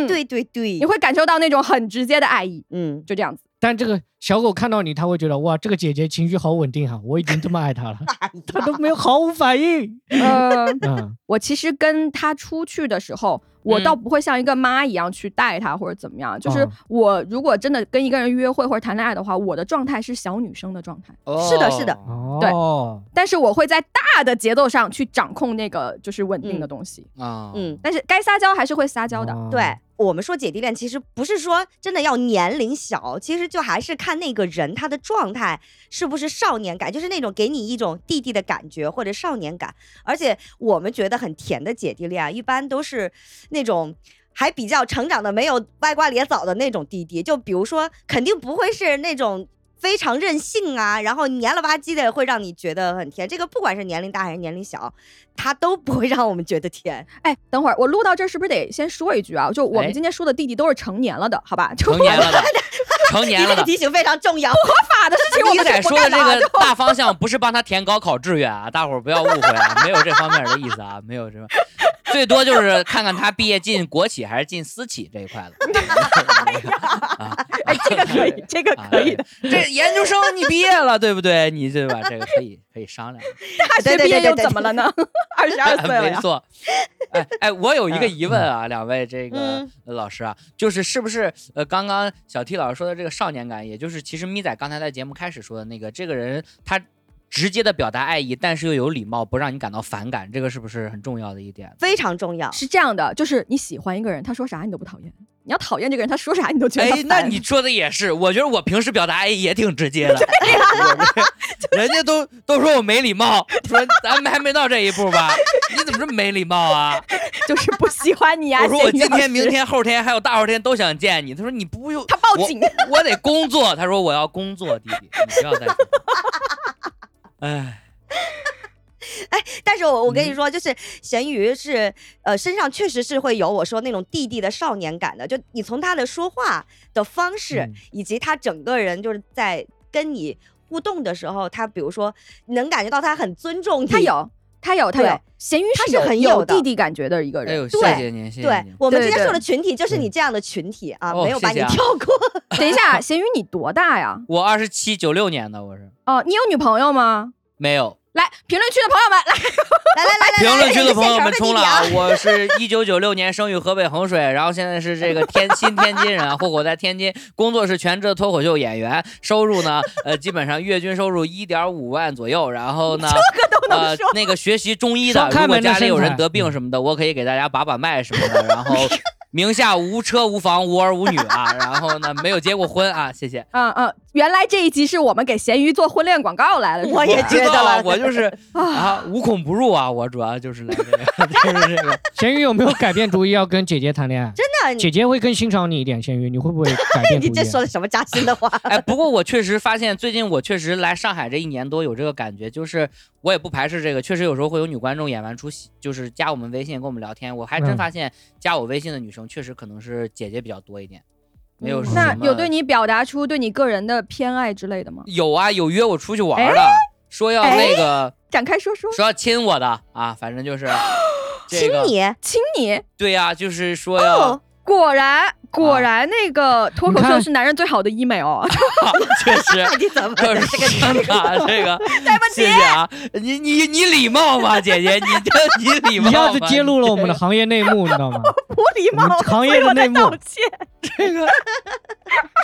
Speaker 2: 对对
Speaker 1: 你
Speaker 2: 对，
Speaker 1: 会感受到那种很直接的爱意，
Speaker 2: 嗯，
Speaker 1: 就这样子。
Speaker 3: 但这个小狗看到你，它会觉得哇，这个姐姐情绪好稳定哈、我已经这么爱她了，它都没有毫无反应。
Speaker 1: 呃，
Speaker 3: 嗯，
Speaker 1: 我其实跟他出去的时候，我
Speaker 4: 嗯
Speaker 1: 倒不会像一个妈一样去带他或者怎么样。就是
Speaker 3: 哦
Speaker 1: 我如果真的跟一个人约会或者谈恋爱的话，我的状态是小女生的状态，
Speaker 2: 是的是的
Speaker 4: 哦
Speaker 3: 哦，
Speaker 1: 但是我会在大的节奏上去掌控那个就是稳定的
Speaker 2: 嗯
Speaker 1: 东西。
Speaker 4: 啊，
Speaker 2: 嗯，
Speaker 1: 但是该撒娇还是会撒娇的。
Speaker 3: 哦
Speaker 2: 对。我们说姐弟恋，其实不是说真的要年龄小，其实就还是看那个人他的状态是不是少年感，就是那种给你一种弟弟的感觉或者少年感。而且我们觉得很甜的姐弟恋，一般都是那种还比较成长的没有歪瓜裂枣的那种弟弟。就比如说，肯定不会是那种。非常任性啊，然后黏了吧唧的，会让你觉得很甜。这个不管是年龄大还是年龄小，他都不会让我们觉得甜。
Speaker 1: 哎，等会儿我录到这儿是不是得先说一句啊？就我们
Speaker 4: 哎
Speaker 1: 今天说的弟弟都是成年了的，好吧？ 就
Speaker 4: 成年了的，成
Speaker 2: 你
Speaker 4: 年
Speaker 2: 这个
Speaker 4: 了 的。
Speaker 2: 提醒非常重要。
Speaker 1: 法的事情我
Speaker 4: 一
Speaker 1: 们
Speaker 4: 仔
Speaker 1: 就不
Speaker 4: 说的
Speaker 1: 干
Speaker 4: 这
Speaker 1: 了。
Speaker 4: 个
Speaker 1: 就
Speaker 4: 大方向不是帮他填高考志愿啊，大伙儿不要误会啊，没有这方面的意思啊，没有什么，最多就是看看他毕业进国企还是进私企这一块了。
Speaker 1: 哎，这个可以，这个
Speaker 4: 啊
Speaker 1: 可以，
Speaker 4: 这研究生你毕业了对不对？你对吧？这个可以可以商量，
Speaker 1: 大学
Speaker 2: 对对
Speaker 1: 毕业
Speaker 2: 对
Speaker 1: 又
Speaker 2: 对
Speaker 1: 怎么了呢？ 二十 二岁了
Speaker 2: 啊
Speaker 4: 没
Speaker 1: 呀。
Speaker 4: 错。哎哎，我有一个疑问啊，两位这个
Speaker 2: 嗯
Speaker 4: 老师啊，就是是不是呃，刚刚小 T 老师说的这个少年感，也就是其实咪仔刚才在节目开始说的那个，这个人他直接的表达爱意，但是又有礼貌，不让你感到反感，这个是不是很重要的一点？
Speaker 2: 非常重要。
Speaker 1: 是这样的，就是你喜欢一个人，他说啥你都不讨厌；你要讨厌这个人，他说啥你都觉得他
Speaker 4: 哎
Speaker 1: 烦。，
Speaker 4: 那你说的也是，我觉得我平时表达爱意也挺直接的，我人家都都说我没礼貌，说咱们还没到这一步吧？你怎么这么没礼貌啊？
Speaker 1: 就是不喜欢你呀、
Speaker 4: 我说我
Speaker 1: 咸鱼
Speaker 4: 今
Speaker 1: 老
Speaker 4: 天、明
Speaker 1: 师
Speaker 4: 天、后天还有大后天都想见你。他说你不用，
Speaker 1: 他报警，
Speaker 4: 我，我得工作。他说我要工作，弟弟，你不要再说。哎，
Speaker 2: 但是我我跟你
Speaker 4: 嗯
Speaker 2: 说，就是咸鱼是呃身上确实是会有我说那种弟弟的少年感的，就你从他的说话的方式
Speaker 3: 嗯，
Speaker 2: 以及他整个人就是在跟你互动的时候，他比如说能感觉到他很尊重你，
Speaker 1: 他有，他有，他
Speaker 2: 对
Speaker 1: 有。咸鱼
Speaker 2: 他是
Speaker 1: 有
Speaker 2: 很有
Speaker 1: 有
Speaker 2: 的
Speaker 1: 弟弟感觉的一个
Speaker 4: 哎
Speaker 1: 人。
Speaker 4: 呦，谢谢您，谢谢
Speaker 2: 对
Speaker 4: 您。
Speaker 2: 我们
Speaker 1: 对
Speaker 2: 今天
Speaker 1: 对
Speaker 2: 说的群体就是你这样的群体啊，
Speaker 4: 嗯哦
Speaker 2: 没有把
Speaker 4: 谢
Speaker 2: 你
Speaker 4: 谢啊
Speaker 2: 跳过。
Speaker 1: 等一下，咸鱼你多大呀？
Speaker 4: 我二十七九六年的，我是
Speaker 1: 哦，你有女朋友吗？
Speaker 4: 没有，
Speaker 1: 来，评论区的朋友们，来，
Speaker 2: 来来来来，
Speaker 4: 评论区的
Speaker 2: 的
Speaker 4: 朋友们冲了啊
Speaker 2: 啊！！
Speaker 4: 我是一九九六年生于河北衡水，然后现在是这个天新天津人啊，户口在天津，工作是全职的脱口秀演员，收入呢，呃，基本上月均收入一点五万左右，然后呢，呃，那个学习中医的，
Speaker 3: 双开
Speaker 4: 如果
Speaker 3: 门的
Speaker 4: 家里有
Speaker 3: 身材嗯
Speaker 4: 人得病什么的，我可以给大家把把脉什么的，然 后名下无车无房无儿无女啊，然后呢，没有结过婚啊，谢谢。
Speaker 1: 嗯嗯，原来这一集是我们给咸鱼做婚恋广告来了，是吧
Speaker 2: 我也
Speaker 4: 我知
Speaker 2: 觉得
Speaker 4: 道啊
Speaker 2: 了
Speaker 4: 我就是啊，无孔不入啊，我主要就是来这个， 就是这个。
Speaker 3: 咸鱼有没有改变主意要跟姐姐谈恋爱？
Speaker 2: 真的，
Speaker 3: 姐姐会更欣赏你一点，咸鱼，你会不会改变 主
Speaker 2: 你
Speaker 3: 意？啊
Speaker 2: 这说的什么扎心的话？
Speaker 4: 哎，不过我确实发现，最近我确实来上海这一年多有这个感觉，就是我也不排斥这个，确实有时候会有女观众演完出戏，就是加我们微信跟我们聊天，我还真
Speaker 3: 嗯
Speaker 4: 发现加我微信的女生确实可能是姐姐比较多一点，没有
Speaker 2: 嗯
Speaker 4: 什么。
Speaker 1: 那有对你表达出对你个人的偏爱之类的吗？
Speaker 4: 有啊，有约我出去玩儿
Speaker 2: 哎
Speaker 4: 的，说要那个
Speaker 1: 展开说说，
Speaker 4: 说要亲我的啊，反 正就是 这
Speaker 2: 亲
Speaker 4: 个
Speaker 2: 你
Speaker 1: 亲你。
Speaker 4: 对呀、就是说 要
Speaker 2: 哦
Speaker 1: 果然，果
Speaker 4: 啊
Speaker 1: 然那个脱口
Speaker 3: 你
Speaker 1: 秀
Speaker 3: 看
Speaker 1: 是男人最好的医美 哦。
Speaker 4: 确实。
Speaker 2: 你怎么
Speaker 4: 这
Speaker 2: 了
Speaker 4: 个
Speaker 2: 这个女人
Speaker 4: 真的啊，这 个
Speaker 1: 对不
Speaker 4: 谢
Speaker 1: 起，
Speaker 4: 谢啊！你你你礼貌吗，姐姐？你这你礼
Speaker 3: 一
Speaker 4: 貌吗？
Speaker 3: 下子揭露了我们的行业内幕，你知道吗？
Speaker 1: 不礼貌
Speaker 3: 我们，行业
Speaker 1: 所以我
Speaker 3: 的
Speaker 1: 在
Speaker 3: 内幕
Speaker 1: 道歉。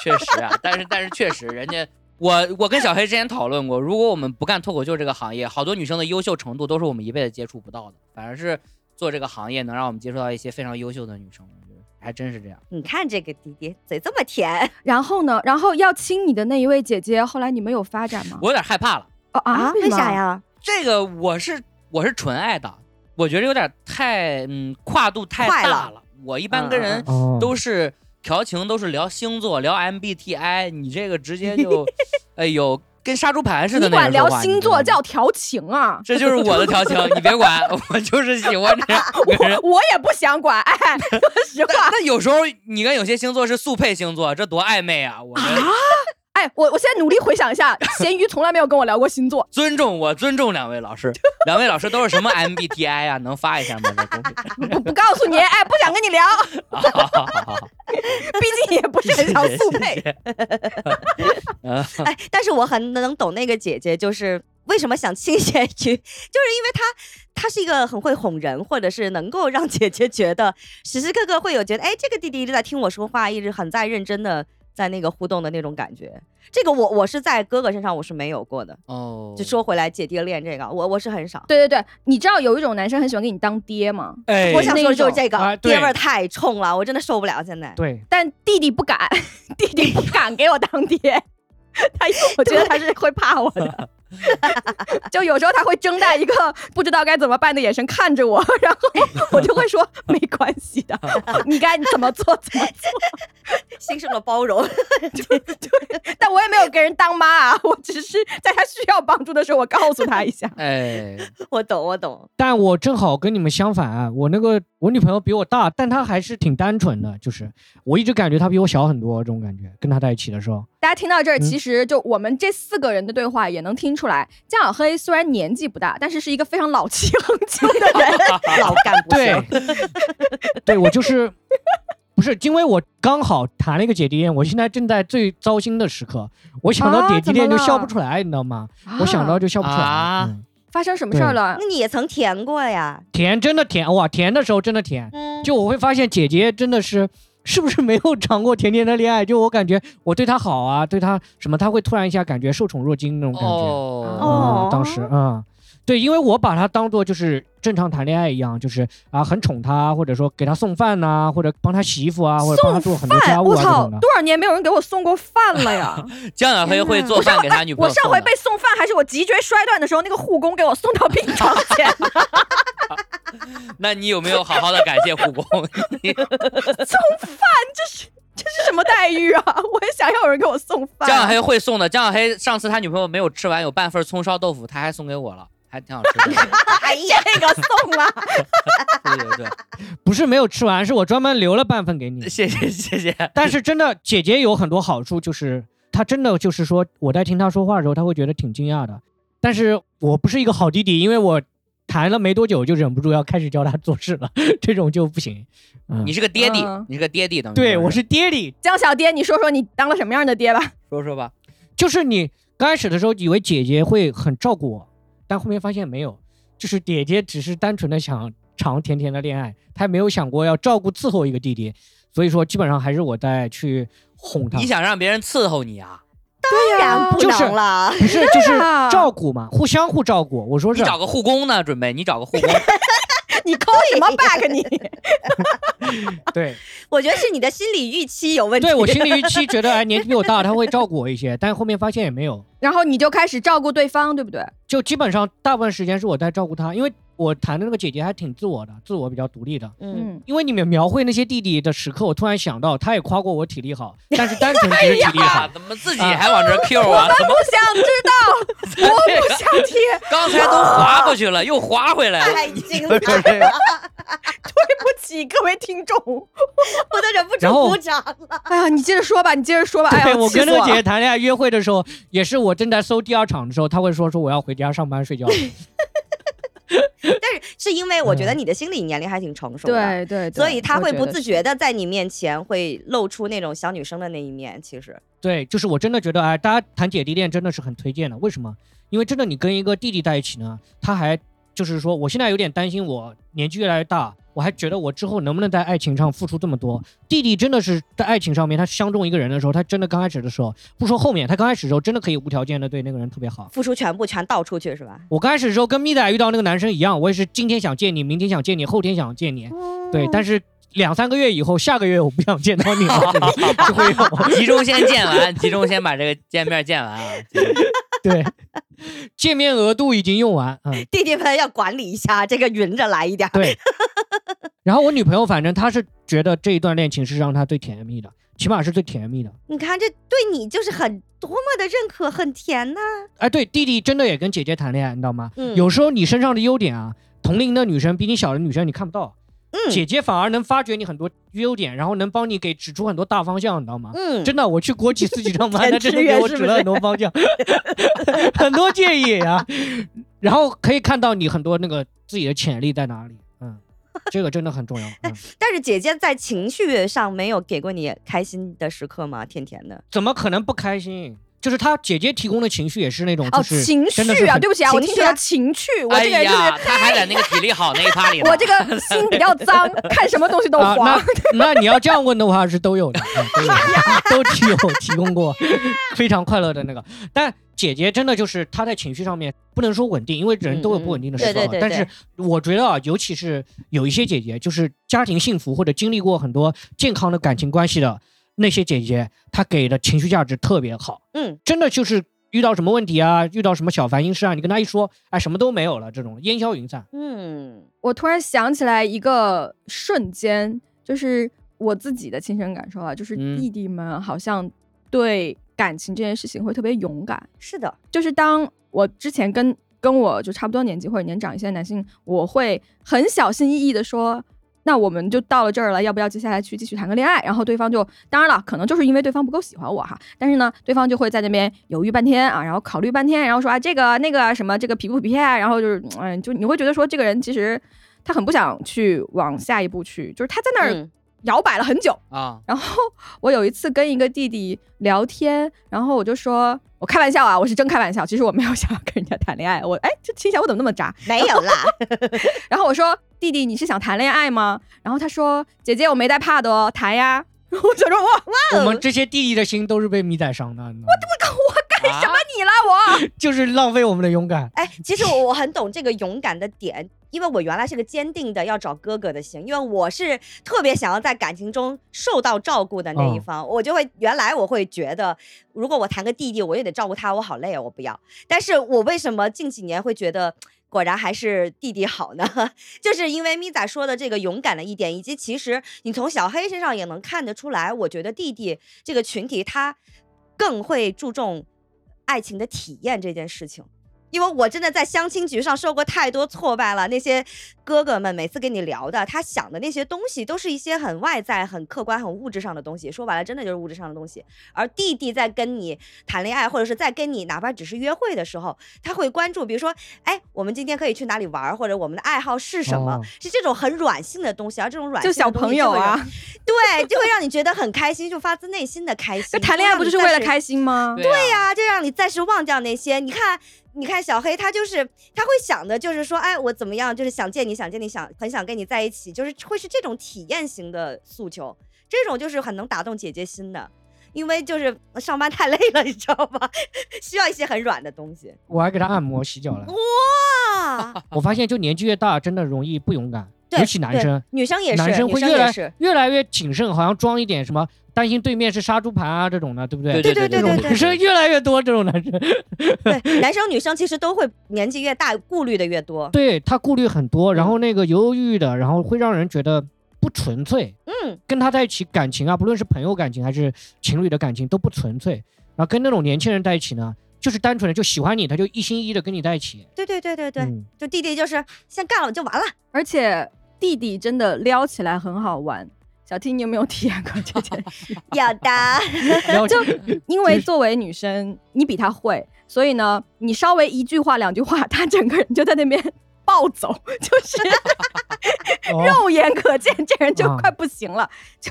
Speaker 4: 确实啊，但是但是确实，人家我我跟小黑之前讨论过，如果我们不干脱口秀这个行业，好多女生的优秀程度都是我们一辈子接触不到的，反而是做这个行业能让我们接触到一些非常优秀的女生，我觉得还真是这样。
Speaker 2: 你看这个弟弟嘴这么甜，
Speaker 1: 然后呢？然后要亲你的那一位姐姐，后来你们有发展吗？
Speaker 4: 我有点害怕了，
Speaker 1: 哦啊，
Speaker 2: 为
Speaker 1: 什么
Speaker 2: 啥？呀？
Speaker 4: 这个我是我是纯爱党，我觉得有点太嗯跨度太
Speaker 2: 快
Speaker 4: 大
Speaker 2: 了
Speaker 4: 了，我一般跟人
Speaker 3: 哦，
Speaker 4: 都是调情，都是聊星座，聊 MBTI，你这个直 接就哎呦跟杀猪盘似的
Speaker 1: 你
Speaker 4: 那个
Speaker 1: 管聊
Speaker 4: 说话
Speaker 1: 星
Speaker 4: 你知道
Speaker 1: 座
Speaker 4: 吗
Speaker 1: 叫调情啊？
Speaker 4: 这就是我的调情，你别管，我就是喜欢这样跟人。
Speaker 1: 我我也不想管，哎， 说实话，
Speaker 4: 那有时候你跟有些星座是速配星座，这多暧昧啊！我 们
Speaker 1: 哎，我我现在努力回想一下，咸鱼从来没有跟我聊过星 座，
Speaker 4: 尊重我尊重两位老师，两位老师都是什么 MBTI 啊？能发一下吗？这东西
Speaker 1: 不不告诉你，哎，不想跟你聊，
Speaker 4: 啊好好好好好
Speaker 1: 毕竟也不是很想速配。
Speaker 2: 哎，但是我很能懂那个姐姐，就是为什么想亲咸鱼， 就是因为她她是一个很会哄人，或者是能够让姐姐觉得时时刻刻会有觉得，哎，这个弟弟一直在听我说话，一直很在认真的在那个互动的那种感觉。这个我我是在哥哥身上我是没有过的。
Speaker 4: 哦，
Speaker 2: 就说回来姐弟恋这个，我我是很少。
Speaker 1: 对对对，你知道有一种男生很喜欢给你当爹吗？
Speaker 4: 哎，
Speaker 2: 我想说的就是这
Speaker 3: 哎
Speaker 2: 个，
Speaker 3: 对
Speaker 2: 爹味儿太冲了，我真的受不了。现在
Speaker 3: 对，
Speaker 1: 但弟弟不敢， 弟弟不敢给我当爹。 他，我觉得他是会怕我 的，就有时候他会睁大一个不知道该怎么办的眼神看着我， 然后我就会说没关系 的，你该怎么做怎么做。
Speaker 2: 心生了包容，
Speaker 1: 但我也没有给人当妈啊， 我只是在他需要帮助的时候，我告诉他一 下。
Speaker 4: 哎，
Speaker 2: 我懂，我懂。
Speaker 3: 但我正好跟你们相反、啊，我那个我女朋友比我大，但她还是挺单纯的，就是我一直感觉她比我小很多，这种感觉。跟她在一起的时候，
Speaker 1: 大家听到这儿，
Speaker 3: 嗯
Speaker 1: 其实就我们这四个人的对话也能听出来，江小黑虽然年纪不大，但是是一个非常老气横秋的人。
Speaker 2: 老干部
Speaker 3: 对， 对我就是不是因为我刚好谈了一个姐弟恋，我现在正在最糟心的时刻，我想到
Speaker 1: 啊
Speaker 3: 姐弟恋
Speaker 1: 怎么
Speaker 3: 就
Speaker 1: 了
Speaker 3: 笑不出来，你知道吗？ 我想到
Speaker 1: 啊
Speaker 3: 就笑不出来。
Speaker 4: 啊
Speaker 3: 嗯
Speaker 1: 发生什么事儿了
Speaker 2: 那？你也曾甜过 呀？
Speaker 3: 甜真的甜哇，甜的时候真的甜。
Speaker 2: 嗯，
Speaker 3: 就我会发现姐姐真的是。是不是没有谈过甜甜的恋爱？就我感觉我对她好啊，对她什么，她会突然一下感觉受宠若惊那种感觉。
Speaker 4: 哦，
Speaker 2: 哦
Speaker 3: 嗯，当时嗯，对，因为我把她当做就是正常谈恋爱一样，就是啊很宠她，或者说给她送饭呐、或者帮她洗衣服啊，或者帮她做很多家
Speaker 1: 饭，
Speaker 3: 务
Speaker 1: 我
Speaker 3: 啊这
Speaker 1: 操
Speaker 3: 种，的。
Speaker 1: 多少年没有人给我送过饭了呀！
Speaker 4: 江小黑会做饭给他女朋
Speaker 1: 我
Speaker 4: 友送的。
Speaker 1: 上回被送饭还是我脊椎摔断的时候，那个护工给我送到病床前，
Speaker 4: 那你有没有好好的感谢护工？
Speaker 1: 这是什么待遇啊？我也想要有人给我送 饭。啊
Speaker 4: 江小黑会送的。江小黑上次他女朋友没有吃完，有半份葱烧豆腐，他还送给我了，还挺好吃的。
Speaker 2: 哎呀，
Speaker 1: 这个送
Speaker 2: 啊
Speaker 1: 了，
Speaker 4: 对对对。。
Speaker 3: 不是没有吃完，是我专门留了半份给你
Speaker 4: 谢谢谢谢。
Speaker 3: 但是真的，姐姐有很多好处，就是她真的就是说，我在听她说话的时候，她会觉得挺惊讶的。但是我不是一个好弟弟，因为我谈了没多久就忍不住要开始教她做事了， 这种就不行。嗯，
Speaker 4: 你是个爹地
Speaker 1: 嗯，
Speaker 4: 你是个爹地，等于
Speaker 3: 对我是爹地，
Speaker 1: 江小爹，你说说你当了什么样的爹吧？
Speaker 4: 说说吧，
Speaker 3: 就是你刚开始的时候以为姐姐会很照顾我，但后面发现没有，就是姐姐只是单纯的想尝甜甜的恋爱，她没有想过要照顾伺候一个弟弟，所以说基本上还是我在去哄她
Speaker 4: 你。想让别人伺候你啊？
Speaker 2: 当然不能了。
Speaker 3: 不是，就是
Speaker 1: 啊
Speaker 3: 照顾嘛，互相互照顾。我说
Speaker 4: 你
Speaker 3: 是，
Speaker 4: 找个护工呢？准备你找个 护工，
Speaker 1: 你抠什么 bug 你？
Speaker 3: 对，
Speaker 2: 我觉得是你的心理预期有问题。
Speaker 3: 对我心里预期觉得，哎，年纪比我大，他会照顾我一些，但后面发现也没有，
Speaker 1: 然后你就开始照顾对方，对不对？
Speaker 3: 就基本上大部分时间是我在照顾他，因为我谈的那个姐姐还挺自我的，自我比较独立的。
Speaker 2: 嗯，，
Speaker 3: 因为你们描绘那些弟弟的时刻，我突然想到，他也夸过我体 力好，但是单纯只
Speaker 1: 哎
Speaker 3: 是体力好
Speaker 4: 啊，。怎么自己还往这儿 Q 啊？怎么
Speaker 1: 不想知道，我不想哎听，
Speaker 4: 刚才都滑过去了，又滑回来 了？
Speaker 2: 太精 彩了，
Speaker 1: 对不起各位听众。
Speaker 2: 我都忍不
Speaker 3: 然
Speaker 2: 住
Speaker 3: 后
Speaker 2: 鼓掌了。
Speaker 1: 哎呀，你接着说吧，你接着说吧。哎
Speaker 3: 对，
Speaker 1: 呀，
Speaker 3: 我
Speaker 1: 气
Speaker 3: 跟
Speaker 1: 死
Speaker 3: 那个
Speaker 1: 我
Speaker 3: 姐
Speaker 1: 了
Speaker 3: 姐谈恋爱约会的时候，也是我正在搜第二场的时候，她会说说我要回家上班 睡觉了。
Speaker 2: 但是是因为我觉得
Speaker 3: 嗯
Speaker 2: 你的心理年龄还挺成熟
Speaker 1: 对
Speaker 2: 的，
Speaker 1: 对，对
Speaker 2: 所以他
Speaker 1: 我
Speaker 2: 会
Speaker 1: 觉
Speaker 2: 不
Speaker 1: 得
Speaker 2: 自
Speaker 1: 是
Speaker 2: 觉的在你面前会露出那种小女生的那一面。其实，
Speaker 3: 对，就是我真的觉得，哎，大家谈姐弟恋真的是很推荐的。为什么？因为真的你跟一个弟弟在一起呢，他还就是说，我现在有点担心，我年纪越来越大，我还觉得我之后能不能在爱情上付出这么多。弟弟真的是在爱情上面，他相中一个人的时候，他真的刚开始的时候，不说后面，他刚开始的时候真的可以无条件的对那个人特别好。
Speaker 2: 付出全部全倒出去是吧？
Speaker 3: 我刚开始的时候跟咪仔遇到那个男生一样，我也是今天想见你，明天想见你，后天想见你，对，但是。两三个月以后，下个月我不想见到你了，就会有
Speaker 4: 集中先见完，集中先把这个见面见完啊！
Speaker 3: 对，见面额度已经用完，嗯，
Speaker 2: 弟弟们要管理一下，这个匀着来一点儿。
Speaker 3: 对。然后我女朋友，反正她是觉得这一段恋情是让她最甜蜜的，起码是最甜蜜的。
Speaker 2: 你看，这对你就是很多么的认可，很甜呐、
Speaker 3: 哎，对，弟弟真的也跟姐姐谈恋爱，你知道吗？
Speaker 2: 嗯，
Speaker 3: 有时候你身上的优点啊，同龄的女生比你小的女生你看不到，
Speaker 2: 嗯
Speaker 3: 姐姐反而能发掘你很多优点，然后能帮你给指出很多大方向，你知道吗？
Speaker 2: 嗯，
Speaker 3: 真的，我去国企四级 上班，
Speaker 1: 填
Speaker 3: 他真的
Speaker 1: 志
Speaker 3: 给
Speaker 1: 愿
Speaker 3: 我
Speaker 1: 是
Speaker 3: 指
Speaker 1: 不
Speaker 3: 了
Speaker 1: 是
Speaker 3: 很多方向， 很多建议啊，然后可以看到你很多那个自己的潜力在哪里，嗯， 这个真的很重要。嗯、
Speaker 2: 但是姐姐在情绪上没有给过你开心的时刻吗？甜甜的，
Speaker 3: 怎么可能不开心？就是他姐姐提供的情绪也是那种，
Speaker 1: 哦，
Speaker 3: 就是
Speaker 1: 情
Speaker 3: 真的
Speaker 1: 绪
Speaker 3: 是
Speaker 1: 啊，
Speaker 3: 很
Speaker 1: 对不起啊，我
Speaker 2: 情
Speaker 1: 听
Speaker 2: 绪
Speaker 1: 成
Speaker 2: 啊
Speaker 1: 了情绪， 我
Speaker 4: 哎
Speaker 1: 这个人就是
Speaker 4: 呀，他还在那个体力好那一趴里呢。
Speaker 1: 我这个心比较脏，看什么东西都
Speaker 3: 啊，
Speaker 1: 黄。
Speaker 3: 那那你要这样问的话，是都有的，嗯都有的 都提有提供过 非常快乐的那个。但姐姐真的就是她在情绪上面不能说稳定，因为人都有不稳定的时候。
Speaker 2: 嗯嗯对对对
Speaker 3: 但是我觉得啊，尤其是有一些姐姐，就是家庭幸福或者经历过很多健康的感情关系的那些姐姐，她给的情绪价值特别好。
Speaker 2: 嗯，
Speaker 3: 真的就是遇到什么问题啊，遇到什么小烦心事啊，你跟她一说，哎，什么都没有了，这种烟消云散。
Speaker 2: 嗯，
Speaker 1: 我突然想起来一个瞬间，就是我自己的亲身感受啊，就是
Speaker 4: 嗯
Speaker 1: 弟弟们好像对感情这件事情会特别勇敢，
Speaker 2: 是的，
Speaker 1: 就是当我之前跟跟我就差不多年纪或者年长一些的男性，我会很小心翼翼的说。那我们就到了这儿了，要不要接下来去继续谈个恋爱？然后对方就，当然了，可能就是因为对方不够喜欢我哈，但是呢，对方就会在那边犹豫半天啊，然后考虑半天，然后说啊这个那个啊什么这个匹不匹配啊，然后就是嗯，就你会觉得说这个人其实他很不想去往下一步去，就是他在那儿
Speaker 2: 嗯
Speaker 1: 摇摆了很久，
Speaker 4: 啊，
Speaker 1: 然后我有一次跟一个弟弟聊天，然后我就说，我开玩笑啊，我是真开玩笑，其实我没有想要跟人家谈恋爱。我哎，这听起来我怎么那么渣？
Speaker 2: 没有啦，
Speaker 1: 然后我说，弟弟，你是想谈恋爱吗？然后他说，姐姐，我没带怕的哦，谈呀。我想说，哇，我
Speaker 3: 我们这些弟弟的心都是被米仔伤的，你知道吗
Speaker 4: 干什么？
Speaker 1: 你了
Speaker 3: 就是浪费我们的勇敢。
Speaker 2: 哎，其实我我很懂这个勇敢的点，因为我原来是个坚定的要找哥哥的型，因为我是特别想要在感情中受到照顾的那一
Speaker 3: 嗯
Speaker 2: 方，我就会原来我会觉得，如果我谈个弟弟，我也得照顾他，我好累啊，我不要。但是我为什么近几年会觉得？果然还是弟弟好呢， 就是因为咪仔说的这个勇敢的一点，以及其实你从小黑身上也能看得出来，我觉得弟弟这个群体他更会注重爱情的体验这件事情。因为我真的在相亲局上受过太多挫败了。那些哥哥们每次跟你聊的，他想的那些东西，都是一些很外在、很客观、很物质上的东西。说白了，真的就是物质上的东西。而弟弟在跟你谈恋爱，或者是在跟你哪怕只是约会的时候，他会关注，比如说，哎，我们今天可以去哪里玩儿，或者我们的爱好是什么，
Speaker 3: 哦
Speaker 2: 是这种很软性的东西。而这种软
Speaker 1: 就
Speaker 2: 性
Speaker 1: 小
Speaker 2: 的东
Speaker 1: 朋
Speaker 2: 西
Speaker 1: 友
Speaker 2: 就会让
Speaker 1: 啊，
Speaker 2: 对，就会让你觉得很开心，就发自内心的开
Speaker 1: 那
Speaker 2: 心。
Speaker 1: 谈恋爱不就是为了开心吗？
Speaker 4: 对
Speaker 2: 对、呀、就让你暂时忘掉那些。你看，你看小黑，他就是他会想的，就是说，哎，我怎么样，就是想见你，想见你，想很想跟你在一起，就是会是这种体验型的诉求，这种就是很能打动姐姐心的。因为就是上班太累了，你知道吧？需要一些很软的东西。
Speaker 3: 我还给他按摩洗脚了。
Speaker 2: 啊，
Speaker 3: 我发现就年纪越大，真的容易不勇敢，
Speaker 2: 对
Speaker 3: 尤其男生，
Speaker 2: 女生 也是，
Speaker 3: 男生
Speaker 2: 女
Speaker 3: 会
Speaker 2: 生
Speaker 3: 越
Speaker 2: 也
Speaker 3: 来
Speaker 2: 是。
Speaker 3: 越来越谨慎，好像装一点什么，担心对面是杀猪盘啊这种的，对不对？
Speaker 4: 对
Speaker 2: 对
Speaker 4: 对
Speaker 2: 对
Speaker 3: 女生越来越多这种男生，
Speaker 2: 对，男生女生其实都会年纪越大，顾虑的越多。
Speaker 3: 对他顾虑很多，然后那个犹犹豫豫的，然后会让人觉得不纯粹。
Speaker 2: 嗯，
Speaker 3: 跟他在一起感情啊，不论是朋友感情还是情侣的感情都不纯粹。然后跟那种年轻人在一起呢，就是单纯的就喜欢你，他就一心一意的跟你在一起。
Speaker 2: 对对对对对，
Speaker 3: 嗯
Speaker 2: 就弟弟就是先干了就完了。
Speaker 1: 而且弟弟真的撩起来很好玩。小 T，你有没有体验过这件事？
Speaker 2: 有的。
Speaker 3: 然后
Speaker 1: 就因为作为女生，你比他会，所以呢，你稍微一句话两句话，他整个人就在那边暴走，就是
Speaker 3: 哦
Speaker 1: 肉眼可见，这人就
Speaker 3: 啊
Speaker 1: 快不行了。就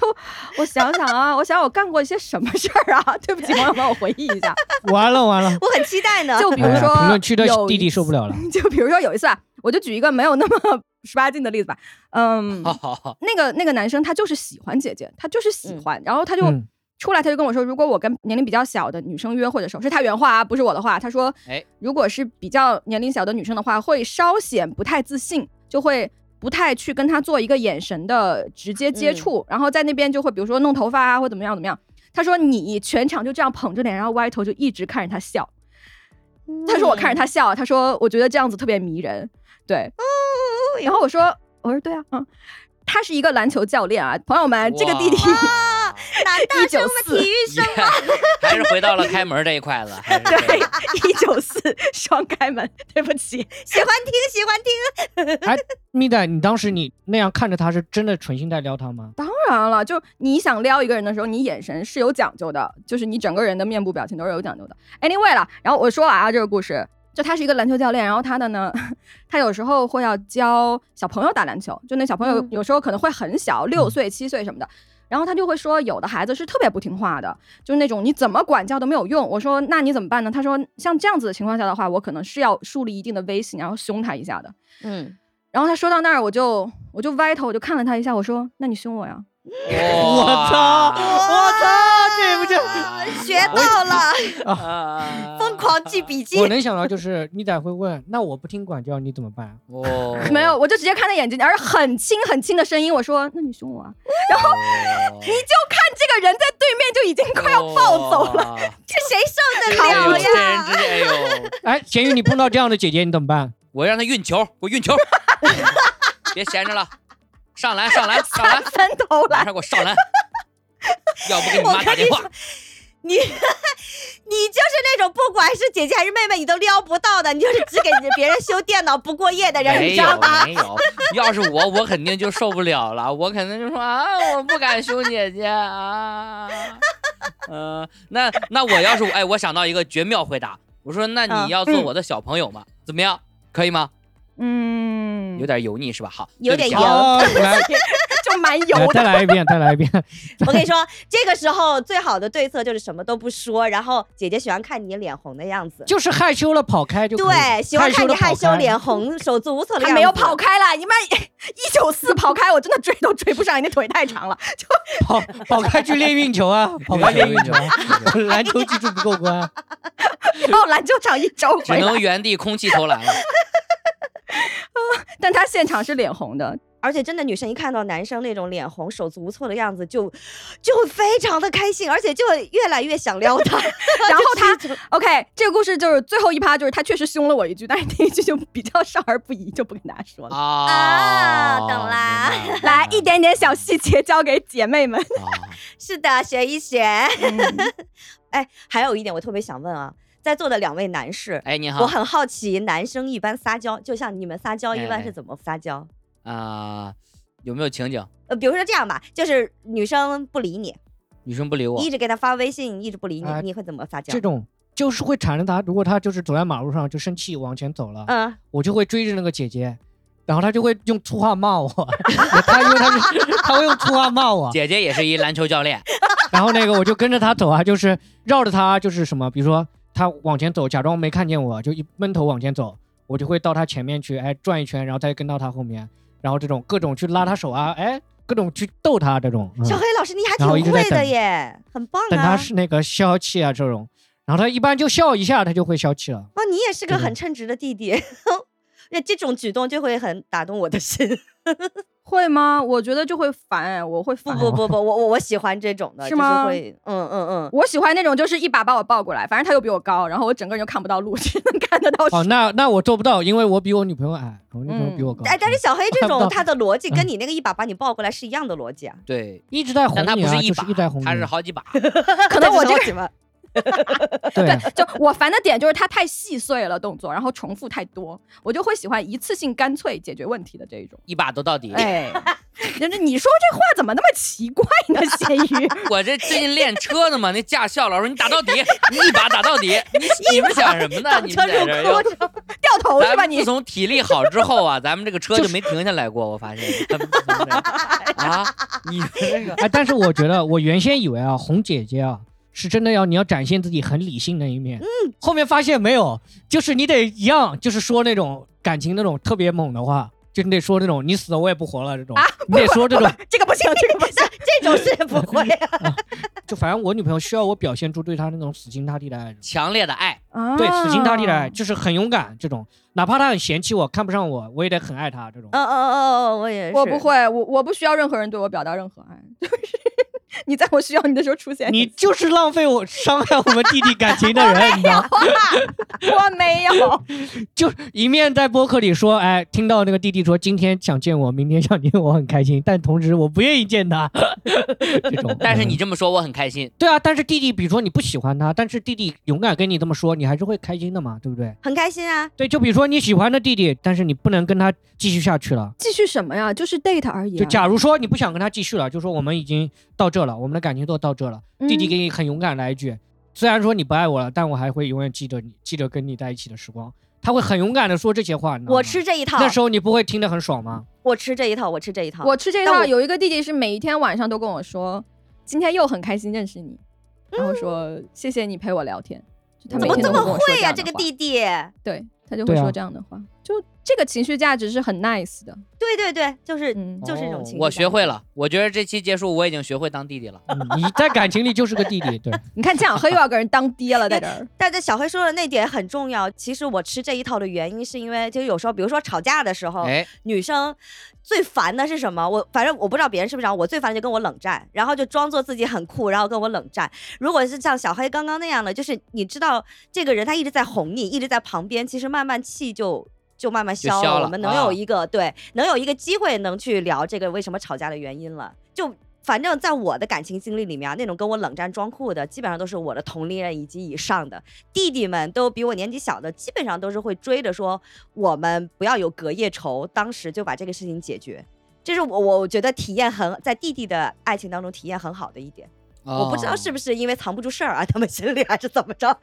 Speaker 1: 我想想 啊，我想我干过一些什么事儿啊？ 对不起，网友们，我回忆一 下。啊
Speaker 3: 完了完了，
Speaker 2: 我很期待呢。
Speaker 1: 就比如
Speaker 3: 哎呀
Speaker 1: 说
Speaker 3: 评论区的
Speaker 1: 有
Speaker 3: 弟
Speaker 1: 一
Speaker 3: 弟受不了了。
Speaker 1: 就比如说有一次啊，我就举一个没有那么十八禁的例子吧，嗯，
Speaker 4: 好好好，
Speaker 1: 那个那个男生他就是喜欢姐姐，他就是喜
Speaker 2: 嗯
Speaker 1: 欢，然后他就、
Speaker 3: 嗯
Speaker 1: 出来他就跟我说，如果我跟年龄比较小的女生约会的时候，是他原话啊，不是我的话，他说，
Speaker 4: 哎
Speaker 1: 如果是比较年龄小的女生的话，会稍显不太自信，就会。不太去跟他做一个眼神的直接
Speaker 4: 嗯
Speaker 1: 接触，然后在那边就会比如说弄头发啊，或怎么样怎么样。他说你全场就这样捧着脸，然后歪头就一直看着他笑。他说我看着他笑，啊他说我觉得这样子特别迷人，对。
Speaker 4: 哦
Speaker 1: 然后我说我说对啊，嗯，他是一个篮球教练啊，朋友们，这个啊弟弟
Speaker 4: 哇
Speaker 2: 他男大生的体育生，
Speaker 4: 还是回到了开门这一块了。还是这个
Speaker 1: 对一九四双开门， 对不起，
Speaker 2: 喜欢听喜欢听。
Speaker 3: 蜜仔，你当时你那样看着他是真的存心在撩他吗？
Speaker 1: 当然了，就你想撩一个人的时候，你眼神是有讲究的，就是你整个人的面部表情都是有讲究的。Anyway 啦，然后我说完啊，这个故事，就他是一个篮球教练，然后他的呢， 他有时候会要教小朋友打篮球，就那小朋友
Speaker 2: 嗯
Speaker 1: 有时候可能会很小，六岁、七岁什么的。然后他就会说，有的孩子是特别不听话的，就是那种你怎么管教都没有用。我说那你怎么办呢？他说像这样子的情况下的话，我可能是要树立一定的威信，然后凶他一下的。
Speaker 2: 嗯，
Speaker 1: 然后他说到那儿，我就我就歪头，我就看了他一下，我说：“那你凶我呀
Speaker 3: 我操！我操！
Speaker 2: 哎
Speaker 3: 这不就
Speaker 2: 学到了，
Speaker 4: 了
Speaker 2: 疯狂记笔记
Speaker 3: 我。能想到就是蜜仔会问，那我不听管教你怎么办？
Speaker 4: 哦？”
Speaker 1: 没有，，我就直接看他眼睛，而且很轻很轻的声音，我说：“那你凶我啊！”
Speaker 4: 你
Speaker 1: 就看这个人在对面就已经快要暴走了，
Speaker 4: 了。
Speaker 2: 这谁受得
Speaker 4: 哎呦
Speaker 2: 了
Speaker 4: 这人
Speaker 2: 呀？
Speaker 4: 直接哎呦，
Speaker 3: 哎，咸鱼，你碰到这样的姐姐你怎么办？
Speaker 4: 我让他运球，给我 运球，别闲着了，上篮上篮上篮，
Speaker 1: 翻头来。
Speaker 4: 马上给我上篮，要不给你妈打电话。
Speaker 2: 你 你就是那种不管是姐姐还是妹妹，你都撩不到的，你就是只给别人修电脑不过夜的人，你
Speaker 4: 没
Speaker 2: 知道
Speaker 4: 有
Speaker 2: 吗？
Speaker 4: 没有， 要是我，我肯定就受不了了，我肯定就说啊，我不敢凶姐姐啊。嗯、那那我要是哎，我想到一个绝妙回答，我说那
Speaker 2: 嗯
Speaker 4: 你要做我的小朋友吗？怎么样？可以吗？
Speaker 1: 嗯
Speaker 4: 有，点油腻是吧？好，
Speaker 2: 有点
Speaker 4: 对不起啊
Speaker 2: 油
Speaker 3: 哦，来，
Speaker 1: 就蛮油
Speaker 3: 来
Speaker 1: 的。
Speaker 3: 再来一遍，再来一遍。
Speaker 2: 我跟你说，这个时候最好的对策就是什么都不说，然后姐姐喜欢看你脸红的样子。
Speaker 3: 就是害羞了跑开就可以
Speaker 2: 对，喜欢看
Speaker 3: 羞
Speaker 2: 你
Speaker 3: 的
Speaker 2: 害
Speaker 3: 跑
Speaker 2: 羞、
Speaker 3: 开。
Speaker 2: 脸红、手足无措的
Speaker 1: 他
Speaker 2: 样子。
Speaker 1: 没有跑开了，你们一九四跑开，我真的追都追不上，你那腿太长了。就
Speaker 3: 跑跑开去练运球啊，跑开练运球啊，篮球技术不够关啊。
Speaker 1: 到哦篮球场一周
Speaker 4: 只
Speaker 1: 回来，
Speaker 4: 能原地空气投篮 了。
Speaker 1: 但他现场是脸红的，
Speaker 2: 而且真的，女生一看到男生那种脸红、手足无措的样子，就就非常的开心，而且就越来越想撩 他。
Speaker 1: 然后他 OK，这个故事就是最后一趴，就是他确实凶了我一句，但是第一句就比较少儿不宜，就不跟大家说了。
Speaker 4: 啊
Speaker 2: 啊懂啦，
Speaker 4: 明 白了
Speaker 1: 来，一点点小细节交给姐妹们。
Speaker 4: 啊
Speaker 2: 是的，学一学。
Speaker 1: 嗯
Speaker 2: 哎，还有一点我特别想问啊，在座的两位男士，
Speaker 4: 哎，
Speaker 3: 啊
Speaker 4: 你好，
Speaker 2: 我很好奇，男生一般撒娇，就像你们撒娇一般
Speaker 4: 哎
Speaker 2: 是怎么撒娇？
Speaker 4: 啊、有没有情景？
Speaker 2: 呃，比如说这样吧，就是女生不理你，
Speaker 4: 女生不理我
Speaker 2: 你一，直给她发微信，一直不理你，
Speaker 3: 啊
Speaker 2: 你会怎么撒娇
Speaker 3: 这？种就是会缠着他，如果他就是走在马路上就生气往前走了，
Speaker 2: 嗯，
Speaker 3: 我就会追着那个姐姐，然后他就会用粗话骂我， 他因为他是他会用粗话骂我，
Speaker 4: 姐姐也是一篮球教练，
Speaker 3: 然后那个我就跟着他走啊，就是绕着他，就是什么，比如说他往前走，假装没看见我，就一闷头往前走，我就会到他前面去，哎，转一圈，然后再跟到他后面，然后这种各种去拉他手啊，哎，各种去逗他这种。嗯
Speaker 2: 小黑老师，你还
Speaker 3: 然后一
Speaker 2: 挺
Speaker 3: 直在
Speaker 2: 会的
Speaker 3: 等
Speaker 2: 耶，很棒
Speaker 3: 等他
Speaker 2: 啊！
Speaker 3: 是那个消气啊这种，然后他一般就笑一下，他就会消气了。
Speaker 2: 哇，哦你也是个
Speaker 3: 对的
Speaker 2: 很称职的弟 弟，那这种举动就会很打动我 的心。
Speaker 1: 会吗？我觉得就会烦，我会
Speaker 2: 不
Speaker 1: 烦。
Speaker 3: 哦
Speaker 2: 不不不，我我我喜欢这种
Speaker 1: 哦
Speaker 2: 的，
Speaker 1: 是
Speaker 2: 就是
Speaker 1: 吗
Speaker 2: 会，嗯嗯嗯，
Speaker 1: 我喜欢那种就是一把把我抱过来，反正他又比我高，然后我整个人就看不到路，只能看得到树。
Speaker 3: 哦，那那我做不到，因为我比我女朋友矮，我女朋友比我高。
Speaker 2: 哎，但是小黑这
Speaker 3: 看不
Speaker 2: 种
Speaker 3: 到
Speaker 2: 他的逻辑跟
Speaker 1: 嗯
Speaker 2: 你那个一把把你抱过来是一样的逻辑啊。
Speaker 4: 对，
Speaker 3: 一直在哄
Speaker 4: 但他
Speaker 3: 你
Speaker 4: 不
Speaker 3: 啊，
Speaker 4: 一
Speaker 3: 就
Speaker 4: 把
Speaker 3: 是一直在哄，你。
Speaker 4: 他是好几把。
Speaker 1: 可能我这个
Speaker 2: 什 么？
Speaker 3: 对，
Speaker 1: 就我烦的点就是他太细碎了动作，然后重复太多，我就会喜欢一次性干脆解决问题的这一种。
Speaker 4: 一把都到底。
Speaker 1: 哎，人家你说这话怎么那么奇怪呢？咸 鱼，
Speaker 4: 我这最近练车呢嘛，那驾校老师说你打到底，你一把打 到底，你你们想什么呢？
Speaker 2: 挡
Speaker 4: 你
Speaker 2: 车
Speaker 4: 们在
Speaker 2: 入
Speaker 4: 这儿
Speaker 2: 库
Speaker 4: 又
Speaker 2: 是吧
Speaker 1: 掉头是
Speaker 4: 咱
Speaker 1: 吧
Speaker 4: 们
Speaker 1: 你
Speaker 4: 自？从体力好之后啊，咱们这个车就没停下来过。我发现咱们自从 这啊， 你们这个
Speaker 3: 哎，但是我觉得我原先以为啊，红姐姐啊。是真的要你要展现自己很理性的一面，嗯，后面发现没有，就是你得一样，就是说那种感情那种特别猛的话，就你得说那种你死了我也不活了这
Speaker 4: 啊
Speaker 3: 种，你得说这种，
Speaker 1: 这个不行，这个不行。
Speaker 2: 这种 是不会啊。
Speaker 3: 就反正我女朋友需要我表现出对她那种死心塌地的爱，
Speaker 4: 强烈的爱，
Speaker 3: 对，死心塌地的
Speaker 1: 啊
Speaker 3: 爱，就是很勇敢这种，哪怕她很嫌弃我，看不上我，我也得很爱她这种。
Speaker 4: 啊
Speaker 2: 嗯嗯嗯嗯，我也是。
Speaker 1: 我不。会，我我不需要任何人对我表达任何爱， 就是你在我需要你的时候出现。
Speaker 3: 你就是浪费我伤害我们弟弟感情的人，你知道吗？
Speaker 1: 啊我没有，
Speaker 3: 就是一面在播客里说，哎，听到那个弟弟说今天想见我，明天想见我，很开心，但同时我不愿意见 他，这种。
Speaker 4: 但是
Speaker 3: 嗯
Speaker 4: 你这么说我很开心。
Speaker 3: 对啊，但是弟弟，比如说你不喜欢他，但是弟弟勇敢跟你这么说，你还是会开心的嘛，对不对？
Speaker 2: 很开心啊！
Speaker 3: 对，就比如说你喜欢的弟弟，但是你不能跟他继续下去了。
Speaker 1: 继续什么呀？就是 date 而已、啊
Speaker 3: 就假如说你不想跟他继续了，就说我们已经到这了，我们的感情都到这了。弟弟给你很勇敢来一句，虽然说你不爱我了，但我还会永远记着你，记着跟你在一起的时光。他会很勇敢的说这些
Speaker 1: 嗯
Speaker 3: 话，你知道吗
Speaker 2: 我吃这一套
Speaker 3: 那，时候你不会听得很爽吗？
Speaker 2: 我吃这一套，我吃这一套。
Speaker 1: 我吃这一
Speaker 2: 但
Speaker 1: 套，
Speaker 2: 我
Speaker 1: 有一个弟弟是每一天晚上都跟我说，今天又很开心认识你，然后说、谢谢你陪我聊天。就他
Speaker 2: 怎
Speaker 1: 每
Speaker 2: 么
Speaker 1: 天都
Speaker 2: 这么
Speaker 1: 会跟我说
Speaker 2: 会呀、啊
Speaker 1: 样的
Speaker 2: 这个
Speaker 1: 话
Speaker 2: 弟弟，
Speaker 1: 对他就会
Speaker 3: 对啊
Speaker 1: 说这样的话，就这个情绪价值是很 nice 的。
Speaker 2: 对对对，就是、
Speaker 1: 嗯
Speaker 2: 就是这种
Speaker 4: 哦
Speaker 2: 情绪。
Speaker 4: 我学会。了，我觉得这期结束我已经学会当弟弟了。
Speaker 3: 嗯你在感情里就是个弟弟，对，
Speaker 1: 你看蒋黑又要给人当爹了，在这儿
Speaker 2: 但是小黑说的那点很重要。其实我吃这一套的原因是因为，就有时候，比如说吵架的时候，
Speaker 4: 哎，
Speaker 2: 女生最烦的是什么？我反正我不知道别人是不是这样，我最烦的就跟我冷战，然后就装作自己很酷，然后跟我冷战。如果是像小黑刚刚那样的，就是你知道这个人他一直在哄你，一直在旁边，其实慢慢气就。就慢慢消
Speaker 4: 消了
Speaker 2: 我们能有
Speaker 4: 啊
Speaker 2: 一个、对，能有一个机会能去聊这个为什么吵架的原因了。就反正在我的感情经历里面啊，那种跟我冷战装酷的，基本上都是我的同龄人以及以上的弟弟们，都比我年纪小的，基本上都是会追着说我们不要有隔夜仇，当时就把这个事情解决。这是我我觉得体验很在弟弟的爱情当中体验很好的一点。
Speaker 3: 啊
Speaker 2: 我不知道是不
Speaker 4: 是
Speaker 2: 是因为藏不住事儿啊，他们心里还是怎么 着？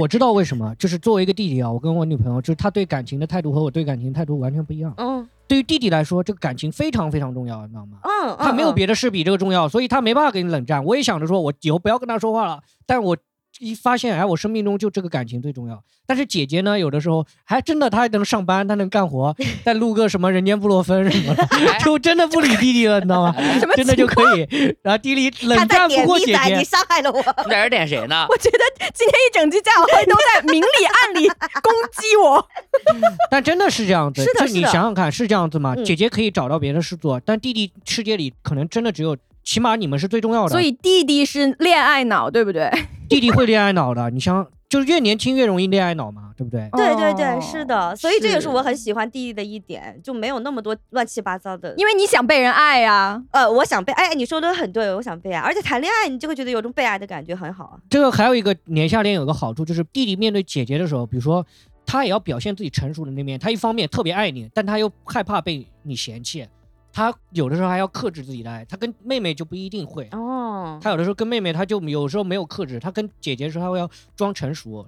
Speaker 3: 我知道为什么，就是作为一个弟弟啊，我跟我女朋友，就是她对感情的态度和我对感情态度完全不一样。
Speaker 2: 嗯
Speaker 3: 对于弟弟来说，这个感情非常非常重要，你知道吗？
Speaker 2: 嗯，
Speaker 3: 他没有
Speaker 2: 嗯，
Speaker 3: 别的事比这个重要，所以他没办法跟你冷战。我也想着说，我以后不要跟他说话了，但我一发现，哎，我生命中就这个感情最重要。但是姐姐呢，有的时候还真的她还能上班，她能干 活，再录个什么《人间布洛芬》什么的，
Speaker 2: 哎
Speaker 3: 就真的不理弟弟了，你知道吗？
Speaker 4: 哎
Speaker 1: 什么
Speaker 3: 真的就可以。然后弟弟
Speaker 2: 他
Speaker 3: 冷
Speaker 2: 在
Speaker 3: 战不
Speaker 2: 点
Speaker 3: 过
Speaker 2: 逼
Speaker 3: 姐哦
Speaker 2: 仔，你
Speaker 3: 姐，
Speaker 2: 伤害了我。
Speaker 4: 你在这点谁 呢？
Speaker 1: 我觉得今天一整期家长会都在明里暗里攻击我。
Speaker 3: 但真的是这样子。
Speaker 2: 是的
Speaker 3: 就是你
Speaker 2: 的
Speaker 3: 想想看，是这样子吗？
Speaker 2: 嗯
Speaker 3: 姐姐可以找到别的事做，但弟弟世界里可能真的只有，起码你们是最重要的。
Speaker 1: 所以弟弟是恋爱脑，对不对？
Speaker 3: 弟弟会恋爱脑的，你想，就是越年轻越容易恋爱脑嘛，对不对？
Speaker 2: 对对对，是
Speaker 1: 哦
Speaker 2: 的，所以这也是
Speaker 1: 是
Speaker 2: 我很喜欢弟弟的一点，就没有那么多乱七八糟的。
Speaker 1: 因为你想被人爱呀、
Speaker 2: 呃，我想被爱，你说的很对，我想被啊爱，而且谈恋爱你就会觉得有种被爱的感觉，很好啊。
Speaker 3: 这个还有一个年下恋有个好处，就是弟弟面对姐姐的时候，比如说他也要表现自己成熟的那面，他一方面特别爱你，但他又害怕被你嫌弃，他有的时候还要克制自己的爱，他跟妹妹就不一定会。
Speaker 2: 哦嗯，
Speaker 3: 他有的时候跟妹妹，他就有时候没有克制，他跟姐姐说他会要装成熟，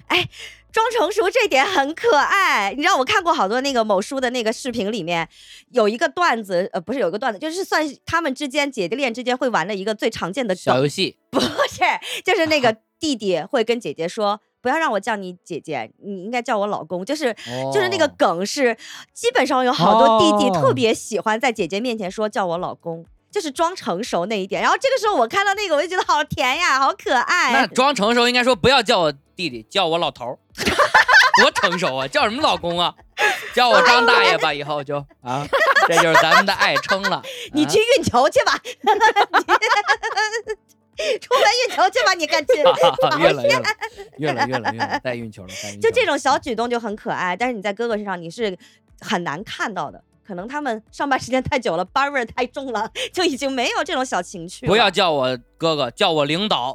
Speaker 2: 装成熟这点很可爱。你知道我看过好多那个某书的那个视频，里面有一个段子，呃，不是有一个段子，就是算是他们之间姐弟恋之间会玩的一个最常见的梗
Speaker 4: 小，游戏，
Speaker 2: 不是， 就是那个弟弟会跟姐姐说。不要让我叫你姐姐，你应该叫我老公。就是、就是那个
Speaker 4: 哦
Speaker 2: 梗是，基本上有好多弟弟
Speaker 3: 哦
Speaker 2: 特别喜欢在姐姐面前说叫我老公，就是装成熟那一点。然后这个时候我看到那个，我就觉得好甜呀，好可
Speaker 4: 那
Speaker 2: 爱。
Speaker 4: 装成熟应该说不要叫我弟弟，叫我老头儿， 多成熟啊！叫什么老公啊？叫我张大爷吧，以后就啊，这就是咱们的爱称了。
Speaker 2: 你
Speaker 4: 啊
Speaker 2: 去运球去吧，你 出门运球去吧，你赶紧。
Speaker 4: 啊 越了越了越了越了越了，带运球了，带运球
Speaker 2: 就
Speaker 4: 了。嗯
Speaker 2: 这种小举动就很可爱，但是你在哥哥身上你是很难看到的。可能他们上班时间太久了，班味儿太重了，就已经没有这种小情趣了。
Speaker 4: 不要叫我哥哥，叫我领导，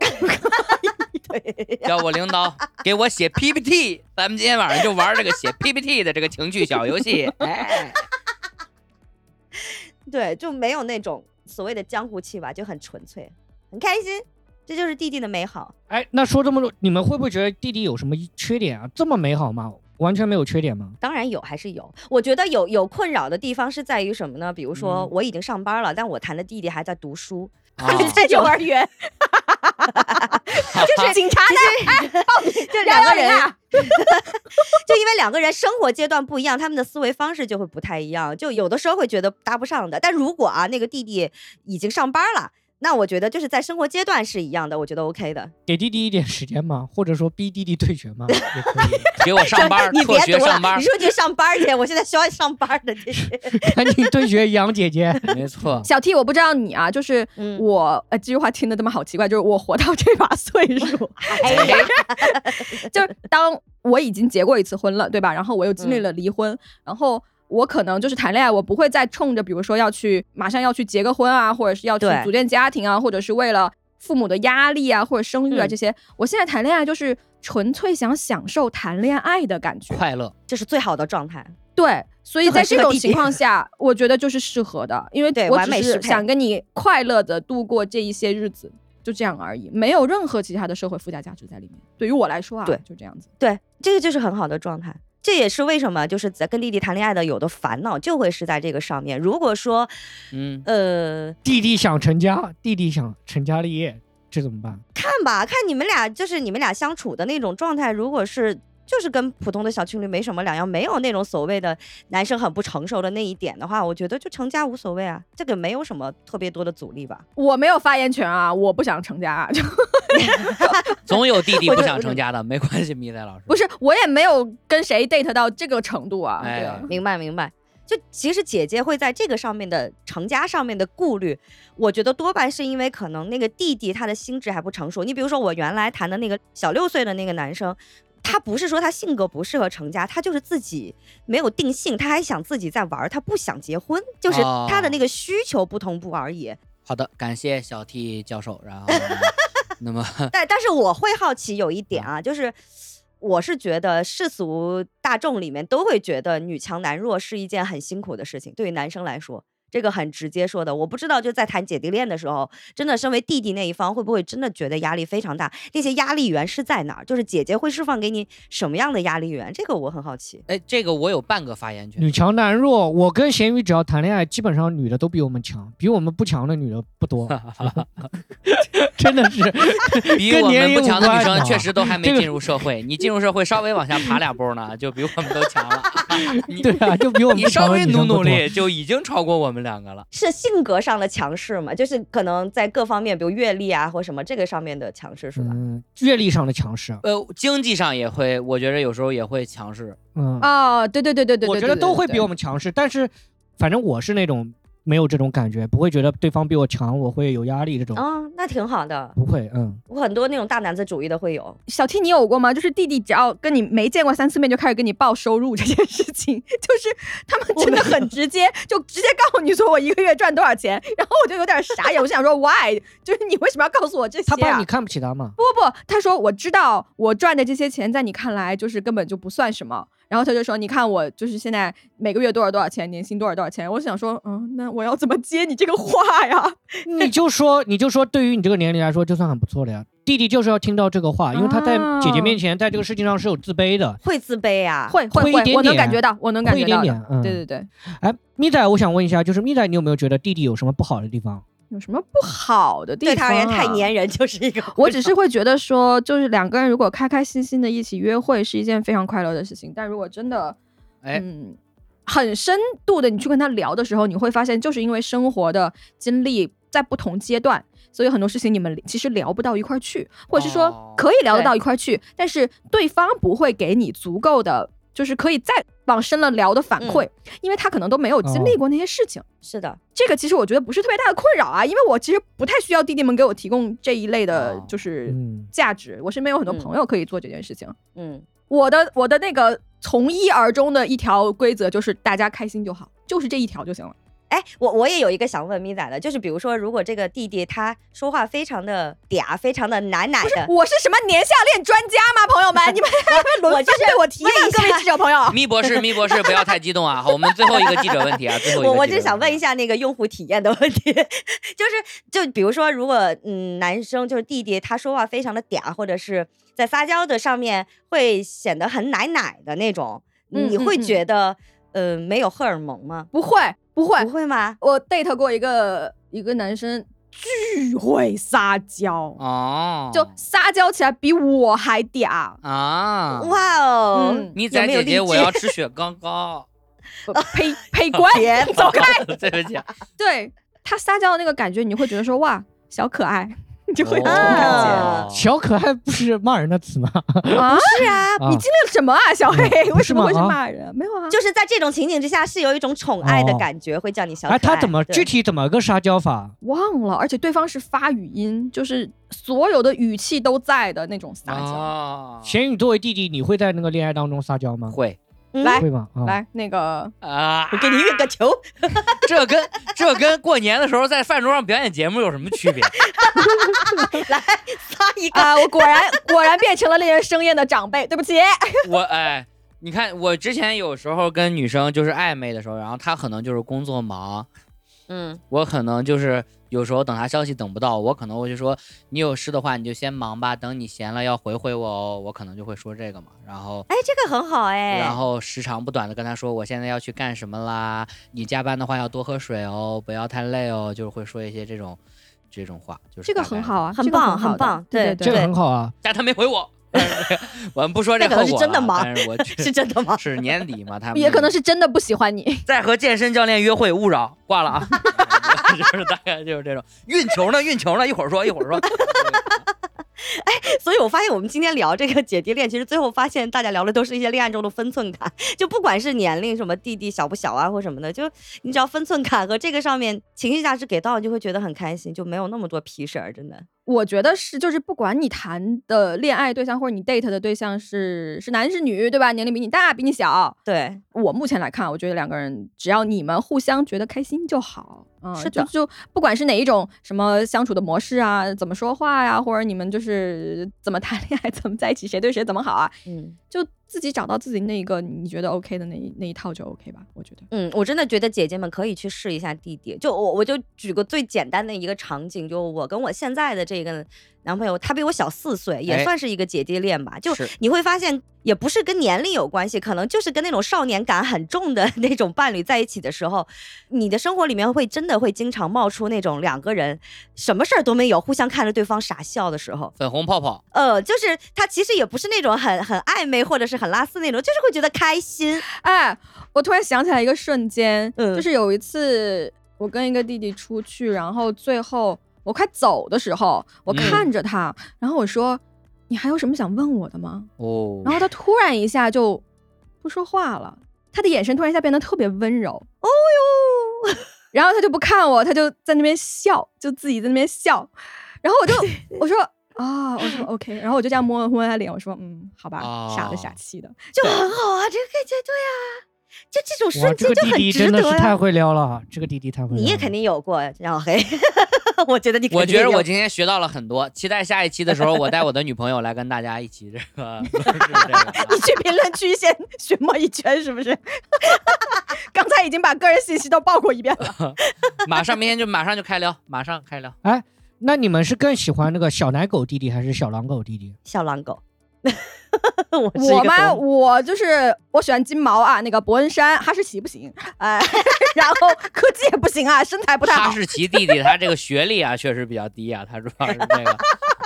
Speaker 2: 对，
Speaker 4: 叫我领导，给我写 PPT。咱们今天晚上就玩这个写 PPT 的这个情趣小 游戏。哎，
Speaker 2: 对，就没有那种所谓的江湖气吧，就很纯粹，很开心。这就是弟弟的美好。
Speaker 3: 哎，那说这么多，你们会不会觉得弟弟有什么缺点啊？这么美好吗？完全没有缺点吗？
Speaker 2: 当然有，还是有。我觉得有有困扰的地方是在于什么呢？比如说
Speaker 4: 嗯
Speaker 2: 我已经上班了，但我谈的弟弟还在读书，
Speaker 4: 啊
Speaker 2: 还 在幼儿园，
Speaker 1: 就是警察呢，
Speaker 2: 就啊两个人
Speaker 1: 110啊，
Speaker 2: 就因为两个人生活阶段不一样，他们的思维方式就会不太一样，就有的时候会觉得搭不上的。但如果啊，那个弟弟已经上班了，那我觉得就是在生活阶段是一样的，我觉得 OK 的。
Speaker 3: 给弟弟一点时间吗？或者说逼弟弟退学吗？也可以，
Speaker 4: 给我上班，
Speaker 2: 你
Speaker 4: 辍
Speaker 2: 别
Speaker 4: 学
Speaker 2: 读了
Speaker 4: 上，班
Speaker 2: 你。说去上班去，我现在需要上班的。这 是
Speaker 3: 赶紧退学养姐姐。
Speaker 4: 没错，
Speaker 1: 小 T，我不知道你啊，就是
Speaker 2: 嗯
Speaker 1: 我，呃，这句话听的他妈好奇怪，就是我活到这把岁数，
Speaker 2: 哎呀，
Speaker 1: 就是当我已经结过一次婚了，对吧？然后我又经历
Speaker 2: 嗯
Speaker 1: 了离婚，然后我可能就是谈恋爱，我不会再冲着比如说要去马上要去结个婚啊，或者是要去
Speaker 2: 对
Speaker 1: 组建家庭啊，或者是为了父母的压力啊或者生育啊
Speaker 2: 嗯
Speaker 1: 这些，我现在谈恋爱就是纯粹想享受谈恋爱的感觉。
Speaker 4: 快乐。
Speaker 2: 这是最好的状态。
Speaker 1: 对，所以
Speaker 2: 就很
Speaker 1: 在
Speaker 2: 适
Speaker 1: 这
Speaker 2: 合
Speaker 1: 种
Speaker 2: 弟弟
Speaker 1: 情况 下，我觉得就是适合的，因为
Speaker 2: 对
Speaker 1: 我
Speaker 2: 完美
Speaker 1: 只
Speaker 2: 适
Speaker 1: 是
Speaker 2: 配
Speaker 1: 想跟你快乐的度过这一些日子，就这样而已，没有任何其他的社会附加价值在里面。对于我来说啊，
Speaker 2: 对
Speaker 1: 就这样子。
Speaker 2: 对，这个就是很好的状态。这也是为什么就是在跟弟弟谈恋爱的有的烦恼就会是在这个上面。如果说
Speaker 4: 嗯，
Speaker 2: 呃
Speaker 3: 弟弟想成家，弟弟想成家立业，这怎么办？
Speaker 2: 看吧，看你们俩就是你们俩相处的那种状态，如果是就是跟普通的小情侣没什么两样，没有那种所谓的男生很不成熟的那一点的话，我觉得就成家无所谓啊，这个没有什么特别多的阻力吧。
Speaker 1: 我没有发言权啊，我不想成家、啊，就
Speaker 4: 总有弟弟
Speaker 2: 我
Speaker 4: 不
Speaker 2: 就
Speaker 4: 想成家的，没关系，米仔老师。
Speaker 1: 不是我也没有跟谁 date 到这个程度啊。
Speaker 4: 哎
Speaker 1: 对啊
Speaker 2: 明白明白。就其实姐姐会在这个上面的成家上面的顾虑，我觉得多半是因为可能那个弟弟他的心智还不成熟。你比如说我原来谈的那个小六岁的那个男生，他不是说他性格不适合成家，他就是自己没有定性，他还想自己在玩儿，他不想结婚，就是
Speaker 4: 哦
Speaker 2: 他的那个需求不同步而已。
Speaker 4: 好的，感谢小 T 教授。然后，那么
Speaker 2: 但但是我会好奇有一
Speaker 3: 嗯
Speaker 2: 点啊，就是我是觉得世俗大众里面都会觉得女强男弱是一件很辛苦的事情，对于男生来说。这个很直接说的，我不知道，就在谈姐弟恋的时候，真的身为弟弟那一方，会不会真的觉得压力非常大？那些压力源是在哪儿？就是姐姐会释放给你什么样的压力源？这个我很好奇。
Speaker 4: 哎，这个我有半个发言权。
Speaker 3: 女强男弱，我跟咸鱼只要谈恋爱，基本上女的都比我们强，比我们不强的女的不多， 真的 是。
Speaker 4: 比
Speaker 3: 跟
Speaker 4: 我
Speaker 3: 年
Speaker 4: 们不
Speaker 3: 龄无
Speaker 4: 强的女
Speaker 3: 关
Speaker 4: 生
Speaker 3: 嘛
Speaker 4: 确实都还没
Speaker 3: 这个
Speaker 4: 进入社会，你进入社会稍微往下爬两步呢，就比我们都强了。你
Speaker 3: 对啊，就 比我们
Speaker 4: 你
Speaker 3: 不
Speaker 4: 稍
Speaker 3: 强的
Speaker 4: 微
Speaker 3: 女
Speaker 4: 努
Speaker 3: 生不多
Speaker 4: 努力，就已经超过我们两个了。
Speaker 2: 是性格上的强势嘛？就是可能在各方面，比如阅历啊或什么这个上面的强势是吧？
Speaker 3: 嗯，阅历上的强势，
Speaker 4: 呃，经济上也会，我觉得有时候也会强势。
Speaker 3: 嗯，
Speaker 1: 哦，对对对对对，
Speaker 3: 我觉得都会比我
Speaker 1: 们。
Speaker 3: 们强势，但是反正我是那种没有这种感觉，不会觉得对方比我强，我会有压力这种，
Speaker 1: 哦
Speaker 2: 啊、那挺好的。
Speaker 3: 不会，嗯，
Speaker 2: 我很多那种大男子主义的会有，
Speaker 1: 小 T，你有过吗？就是弟弟只要跟你没见过三次面，就开始跟你报收入这件事情， 就是他们真的很直接，就直接告诉你说我一个月赚多少钱，然后我就有点傻眼，我就想说 why，就是你为什么要告诉我这些、
Speaker 3: 他
Speaker 1: 啊？
Speaker 3: 怕你看不起他嘛，
Speaker 1: 不不不，他说我知道我赚的这些钱在你看来就是根本就不算什么，然后他就说：“你看我就是现在每个月多少多少钱，年薪多少多少钱。”我想说，嗯，那我要怎么接你这个话呀？
Speaker 3: 你就说，你就说，对于你这个年龄来说，就算很不错了呀。弟弟就是要听到这个话，因为他在姐姐面前，在这个事情上是有自卑的。
Speaker 2: 会自卑啊，
Speaker 1: 会
Speaker 3: 会
Speaker 1: 会
Speaker 3: 一
Speaker 1: 会，
Speaker 3: 点
Speaker 1: 我能
Speaker 3: 点
Speaker 1: 感觉到，我能感
Speaker 3: 会一
Speaker 1: 觉
Speaker 3: 点
Speaker 1: 到的。
Speaker 3: 点，嗯，
Speaker 1: 对对对，
Speaker 3: 哎，咪仔，我想问一下，就是咪仔，你有没有觉得弟弟有什么不好的地方？
Speaker 1: 有什么不好的地方、啊？
Speaker 2: 对他而言太粘人就是一个。
Speaker 1: 我只是会觉得说，就是两个人如果开开心心的一起约会是一件非常快乐的事情，但如果真的，
Speaker 4: 哎
Speaker 1: 嗯，很深度的你去跟他聊的时候，你会发现，就是因为生活的经历在不同阶段，所以很多事情你们其实聊不到一块儿去，或者是
Speaker 4: 哦
Speaker 1: 说可以聊得
Speaker 2: 对
Speaker 1: 到一块儿去，但是对方不会给你足够的，就是可以再往深了聊的反
Speaker 4: 嗯
Speaker 1: 馈，因为他可能都没有经历
Speaker 3: 哦
Speaker 1: 过那些事情。
Speaker 2: 是的，
Speaker 1: 这个其实我觉得不是特别大的困扰啊，因为我其实不太需要弟弟们给我提供这一类的
Speaker 4: 哦嗯
Speaker 1: 就是
Speaker 3: 嗯，
Speaker 1: 价值。我身边有很多朋友可以做这件事情。
Speaker 2: 嗯，
Speaker 1: 我的我的那个从一而终的一条规则就是大家开心就好，就是这一条就行了。
Speaker 2: 哎，我我也有一个想问咪仔的，就是比如说，如果这个弟弟他说话非常的嗲，非常的奶奶的，
Speaker 1: 我是什么年下恋专家吗？朋友们，你们轮
Speaker 2: 我
Speaker 1: 番
Speaker 2: 就是
Speaker 1: 对我提问
Speaker 2: 问一，
Speaker 1: 各
Speaker 2: 下
Speaker 1: 位记者朋友。
Speaker 4: 咪博士，咪博士，不要太激动啊！好，我们最后一个记者问题啊，最后一个
Speaker 2: 我我
Speaker 4: 记
Speaker 2: 就
Speaker 4: 者
Speaker 2: 想问一
Speaker 4: 题，
Speaker 2: 下那个用户体验的问题， 就是就比如说，如果嗯男生就是弟弟他说话非常的嗲，或者是在撒娇的上面会显得很奶奶的那种，
Speaker 1: 嗯
Speaker 2: 你
Speaker 1: 嗯
Speaker 2: 会
Speaker 1: 嗯
Speaker 2: 觉得呃没有荷尔蒙吗？
Speaker 1: 不会不会
Speaker 2: 不，会吗？
Speaker 1: 我 date 过一个一个男生，巨会撒娇，
Speaker 4: 哦，
Speaker 1: 就撒娇起来比我还嗲。
Speaker 4: 啊，
Speaker 2: 哇哦，
Speaker 1: 嗯
Speaker 4: 咪
Speaker 2: 有
Speaker 4: 仔
Speaker 2: 没有
Speaker 4: 姐姐，
Speaker 2: 理
Speaker 4: 我
Speaker 2: 解
Speaker 4: 要吃雪糕糕。
Speaker 1: 不呸呸，滚走开！
Speaker 4: 对不起，
Speaker 1: 对他撒娇的那个感觉，你会觉得说哇，小可爱， 你就会有这种感
Speaker 2: 啊
Speaker 4: 哦
Speaker 3: 小可爱不是骂人的 词吗？
Speaker 1: 觉啊。
Speaker 2: 是啊，
Speaker 3: 啊
Speaker 1: 你经历了什么啊，小黑？
Speaker 3: 嗯
Speaker 1: 为什么会
Speaker 3: 是
Speaker 1: 去
Speaker 3: 吗啊
Speaker 1: 骂人？没有啊，
Speaker 2: 就是在这种情景之下是有一种宠爱的
Speaker 3: 哦
Speaker 2: 感觉，会叫你小可爱。
Speaker 3: 哎，他怎么
Speaker 2: 对
Speaker 3: 具体怎么个撒娇法？
Speaker 1: 忘了，而且对方是发语音，就是所有的语气都在的那种撒娇。
Speaker 4: 啊
Speaker 2: 哦
Speaker 3: 咸宇作为弟弟，你会在那个恋爱当中撒娇吗？
Speaker 4: 会
Speaker 2: 嗯
Speaker 1: 来
Speaker 3: 会吗？啊，
Speaker 1: 来，那个
Speaker 4: 啊
Speaker 2: 我，给你运个球，
Speaker 4: 这跟这跟过年的时候在饭桌上表演节目有什么区别？
Speaker 2: 来撒一个。
Speaker 1: 啊，我果然果然变成了令人生厌的长辈，对不 起。
Speaker 4: 我哎，你看我之前有时候跟女生就是暧昧的时候，然后她可能就是工作忙，
Speaker 2: 嗯，
Speaker 4: 我可能就是有时候等她消息等不到，我可能我就说你有事的话你就先忙吧，等你闲了要回回我哦，我可能就会说这个嘛，然后。
Speaker 2: 哎，这个很好哎。
Speaker 4: 然后时长不短的跟她说，我现在要去干什么啦？你加班的话要多喝水哦，不要太累哦，就是会说一些这种这种话，就是
Speaker 1: 这个
Speaker 4: 大概
Speaker 1: 很好啊，
Speaker 2: 很
Speaker 1: 这个
Speaker 2: 棒
Speaker 1: 好
Speaker 2: 很
Speaker 1: 的
Speaker 2: 棒
Speaker 1: 对
Speaker 2: 对
Speaker 3: 这个
Speaker 1: 对。
Speaker 3: 很好啊。
Speaker 4: 但他没回我。我们不说这
Speaker 2: 那可
Speaker 4: 后
Speaker 2: 能
Speaker 4: 果
Speaker 2: 是真的
Speaker 4: 了
Speaker 2: 忙
Speaker 4: 但是我觉
Speaker 2: 是真的 吗？
Speaker 4: 是年底嘛，他们
Speaker 1: 也可能是真的不喜欢你，
Speaker 4: 在和健身教练约会勿扰，挂了啊。就是大概就是这种运球呢，运球呢，一会儿说一会儿说，
Speaker 2: 所以我发现我们今天聊这个姐弟恋，其实最后发现大家聊的都是一些恋爱中的分寸感，就不管是年龄什么弟弟小不小啊或什么的，就你只要分寸感和这个上面情绪价值给到，你就会觉得很开心，就没有那么多皮事儿，真的。
Speaker 1: 我觉得是，就是不管你谈的恋爱对象或者你 date 的对象是是男是女，对吧？年龄比你大，比你小，
Speaker 2: 对，
Speaker 1: 我目前来看，啊我觉得两个人只要你们互相觉得开心就好。嗯，
Speaker 2: 是
Speaker 1: 就
Speaker 2: 的
Speaker 1: 就不管是哪一种什么相处的模式啊，怎么说话呀、或者你们就是怎么谈恋爱、 怎么在一起，谁对谁怎么好啊，
Speaker 2: 嗯
Speaker 1: 就自己找到自己那一个你觉得 OK 的那一那一套就 OK 吧，我觉得。
Speaker 2: 嗯，我真的觉得姐姐们可以去试一下弟弟。就我我就举个最简单的一个场景，就我跟我现在的这个男朋友，他比我小四岁，也
Speaker 4: 哎
Speaker 2: 算是一个姐弟恋吧。就是你会发现，也不是跟年龄有关系，可能就是跟那种少年感很重的 那种伴侣在一起的时候，你的生活里面会真的会经常冒出那种两个人什么事儿都没有，互相看着对方傻笑的时候。
Speaker 4: 粉红泡泡，
Speaker 2: 呃，就是他其实也不是那种很很暧昧或者是很拉丝那种，就是会觉得开心。
Speaker 1: 哎，我突然想起来一个瞬间，
Speaker 2: 嗯
Speaker 1: 就是有一次我跟一个弟弟出去，然后最后我快走的时候，我
Speaker 4: 嗯
Speaker 1: 看着他，然后我说：“你还有什么想问我的吗？”
Speaker 4: 哦
Speaker 1: 然后他突然一下就不说话了，他的眼神突然一下变得特别温柔，
Speaker 2: 哦呦，
Speaker 1: 然后他就不看我，他就在那边笑，就自己在那边笑，然后我 就我说。啊、我说 OK，然后我就这样摸了摸他脸，我说嗯，好吧，傻
Speaker 4: 哦
Speaker 1: 的傻气 的，
Speaker 2: 就很好啊，这个感觉对啊，就这种
Speaker 3: 哇，
Speaker 2: 瞬间
Speaker 3: 这个
Speaker 2: 就
Speaker 3: 弟
Speaker 2: 很
Speaker 3: 弟
Speaker 2: 值
Speaker 3: 真的
Speaker 2: 得
Speaker 3: 是太
Speaker 2: 呀。
Speaker 3: 会撩了，这个弟弟太会撩了。
Speaker 2: 你也肯定有过呀，张小黑， 我觉得你肯定
Speaker 4: 嗯我觉得
Speaker 2: 有
Speaker 4: 我今天学到了很多，期待下一期的时候，我带我的女朋友来跟大家一起这个 论述这 个啊。
Speaker 1: 你去评论区 先寻摸一圈，是不是？ 刚才已经把个人信息都报过一遍了。
Speaker 4: 马上明天就马上就开聊，马上开聊。
Speaker 3: 那你们是更喜欢那个小奶狗弟弟还是小狼狗弟弟？
Speaker 2: 小狼狗。 我是一个
Speaker 1: 我嘛，
Speaker 2: 狗
Speaker 1: 我就是我喜欢金毛啊，那个伯恩山，哈士奇不行，哎， 然后柯基也不行啊，身材不太
Speaker 4: 哈
Speaker 1: 好。
Speaker 4: 士奇弟弟他这个学历啊，确实比较低啊，他主要是 那个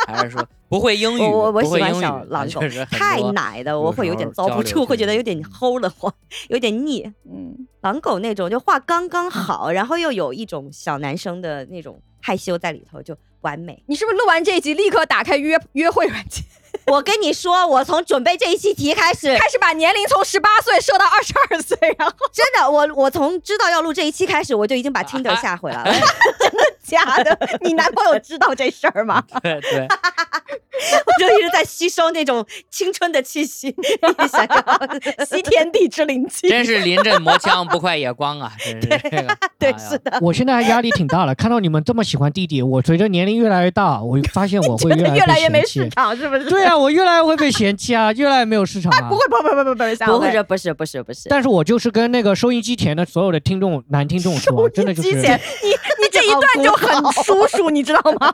Speaker 4: 还是说不会 英语，
Speaker 2: 我我我
Speaker 4: 不会
Speaker 2: 喜欢
Speaker 4: 英语
Speaker 2: 小狼狗
Speaker 4: 确实很
Speaker 2: 太
Speaker 4: 多
Speaker 2: 奶的，
Speaker 4: 有
Speaker 2: 我会
Speaker 4: 时
Speaker 2: 有点
Speaker 4: 候
Speaker 2: 遭
Speaker 4: 交
Speaker 2: 不
Speaker 4: 流嗯
Speaker 2: 住，会
Speaker 4: 这
Speaker 2: 觉得
Speaker 4: 个
Speaker 2: 有点齁的慌，有点腻。
Speaker 1: 嗯，
Speaker 2: 狼狗那种就话刚刚好，然后又有一种小男生的那种害羞在里头，就完美。
Speaker 1: 你是不是录完这一集立刻打开约约会软件，
Speaker 2: 我跟你说，我从准备这一期题开始，
Speaker 1: 开始把年龄从十八岁设到二十二岁，然后
Speaker 2: 真的，我我从知道要录这一期开始，我就已
Speaker 4: 啊
Speaker 2: 经把 Tinder 下回 来了。
Speaker 1: 假的？你男朋友知道这事儿吗？
Speaker 4: 对对，
Speaker 2: 我就一直在吸收那种青春的气息， 一想要
Speaker 1: 吸天地之灵气，
Speaker 4: 真是临阵磨枪不快也光啊，真是这个。
Speaker 2: 对
Speaker 4: 哎呀
Speaker 2: 是 的，
Speaker 3: 我现在还压力挺大了，看到你们这么喜欢弟弟，我随着年龄越来越大，我发现我会
Speaker 1: 觉得越来
Speaker 3: 来
Speaker 1: 越
Speaker 3: 越
Speaker 1: 没
Speaker 3: 被
Speaker 1: 市
Speaker 3: 嫌弃。
Speaker 1: 场，是不是？
Speaker 3: 对啊，我越来越会被嫌弃啊，越来越没有市场啊。
Speaker 1: 不会，不会，不会，不会，不会，下
Speaker 2: 不
Speaker 1: 回
Speaker 2: 会这不是不是不是，
Speaker 3: 但是我就是跟那个收音机前的所有的听众男听众 说，啊真的就
Speaker 1: 之
Speaker 3: 是
Speaker 1: 前， 你你这一段就很叔叔，你知道吗？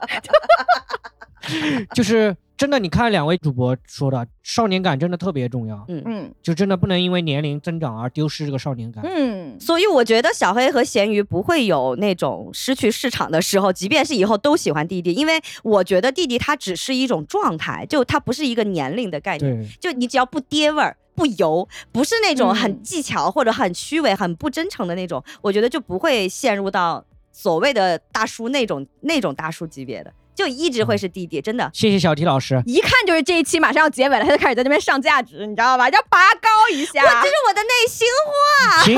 Speaker 3: 就是真的，你看两位主播说的，少年感真的特别重要，
Speaker 1: 嗯
Speaker 3: 就真的不能因为年龄增长而丢失这个少年感。
Speaker 1: 嗯，
Speaker 2: 所以我觉得小黑和咸鱼不会有那种失去市场的时候，即便是以后都喜欢弟弟，因为我觉得弟弟他只是一种状态，就他不是一个年龄的
Speaker 1: 哎
Speaker 2: 概念，
Speaker 3: 对，
Speaker 2: 就你只要不爹味儿。不油，不是那种很
Speaker 1: 嗯
Speaker 2: 技巧或者很虚伪、很不真诚的那种，我觉得就不会陷入到所谓的大叔那种那种大叔级别的，就一直会是弟弟，真的。
Speaker 3: 谢谢小提老 师。
Speaker 1: 一看就是这一期马上要结尾了，他就开始在那边上价值，你知道吧？要拔高一下。
Speaker 2: 这是我的内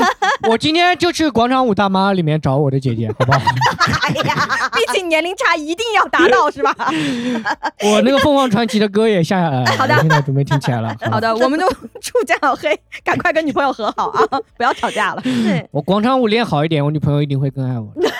Speaker 2: 心
Speaker 3: 行，我今天就去广场舞大妈里面找我的姐姐，好 不好？
Speaker 1: 哎
Speaker 2: 话呀！
Speaker 1: 毕竟年龄差一定要达到，是吧？
Speaker 3: 我那个凤凰传奇的歌也下下来了，
Speaker 1: 好的
Speaker 3: 我现在准备听起来了。
Speaker 1: 好，的，我们就 祝江小黑 赶快跟女朋友和好啊， 不要吵架了。
Speaker 2: 对，
Speaker 3: 我广场舞练好一点，我女朋友一定会更爱我的。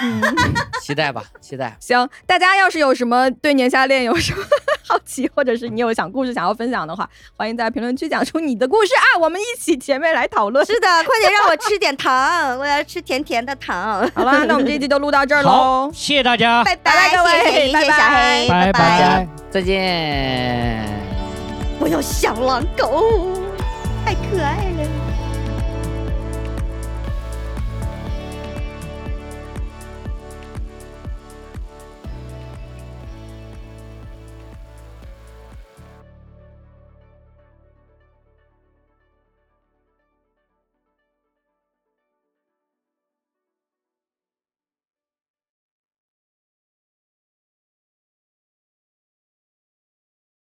Speaker 4: 期待吧，期待。
Speaker 1: 行，大家要是有什么对年下恋有什么 好奇，或者是你有想故事想要分享的话，欢迎在评论区讲出你的故事啊，我们一起姐妹来讨论。
Speaker 2: 是的，快点让我吃点糖，我要吃甜甜的 糖。
Speaker 1: 好啦，那我们这一期就录到这儿
Speaker 3: 好
Speaker 1: 喽，。
Speaker 3: 谢谢大家，
Speaker 2: 拜
Speaker 1: 拜各位
Speaker 2: 谢谢
Speaker 1: 拜
Speaker 2: 谢谢小
Speaker 1: 拜
Speaker 2: 黑，拜。
Speaker 3: 拜拜。
Speaker 4: 再见。
Speaker 2: 我要小狼狗，太可爱了。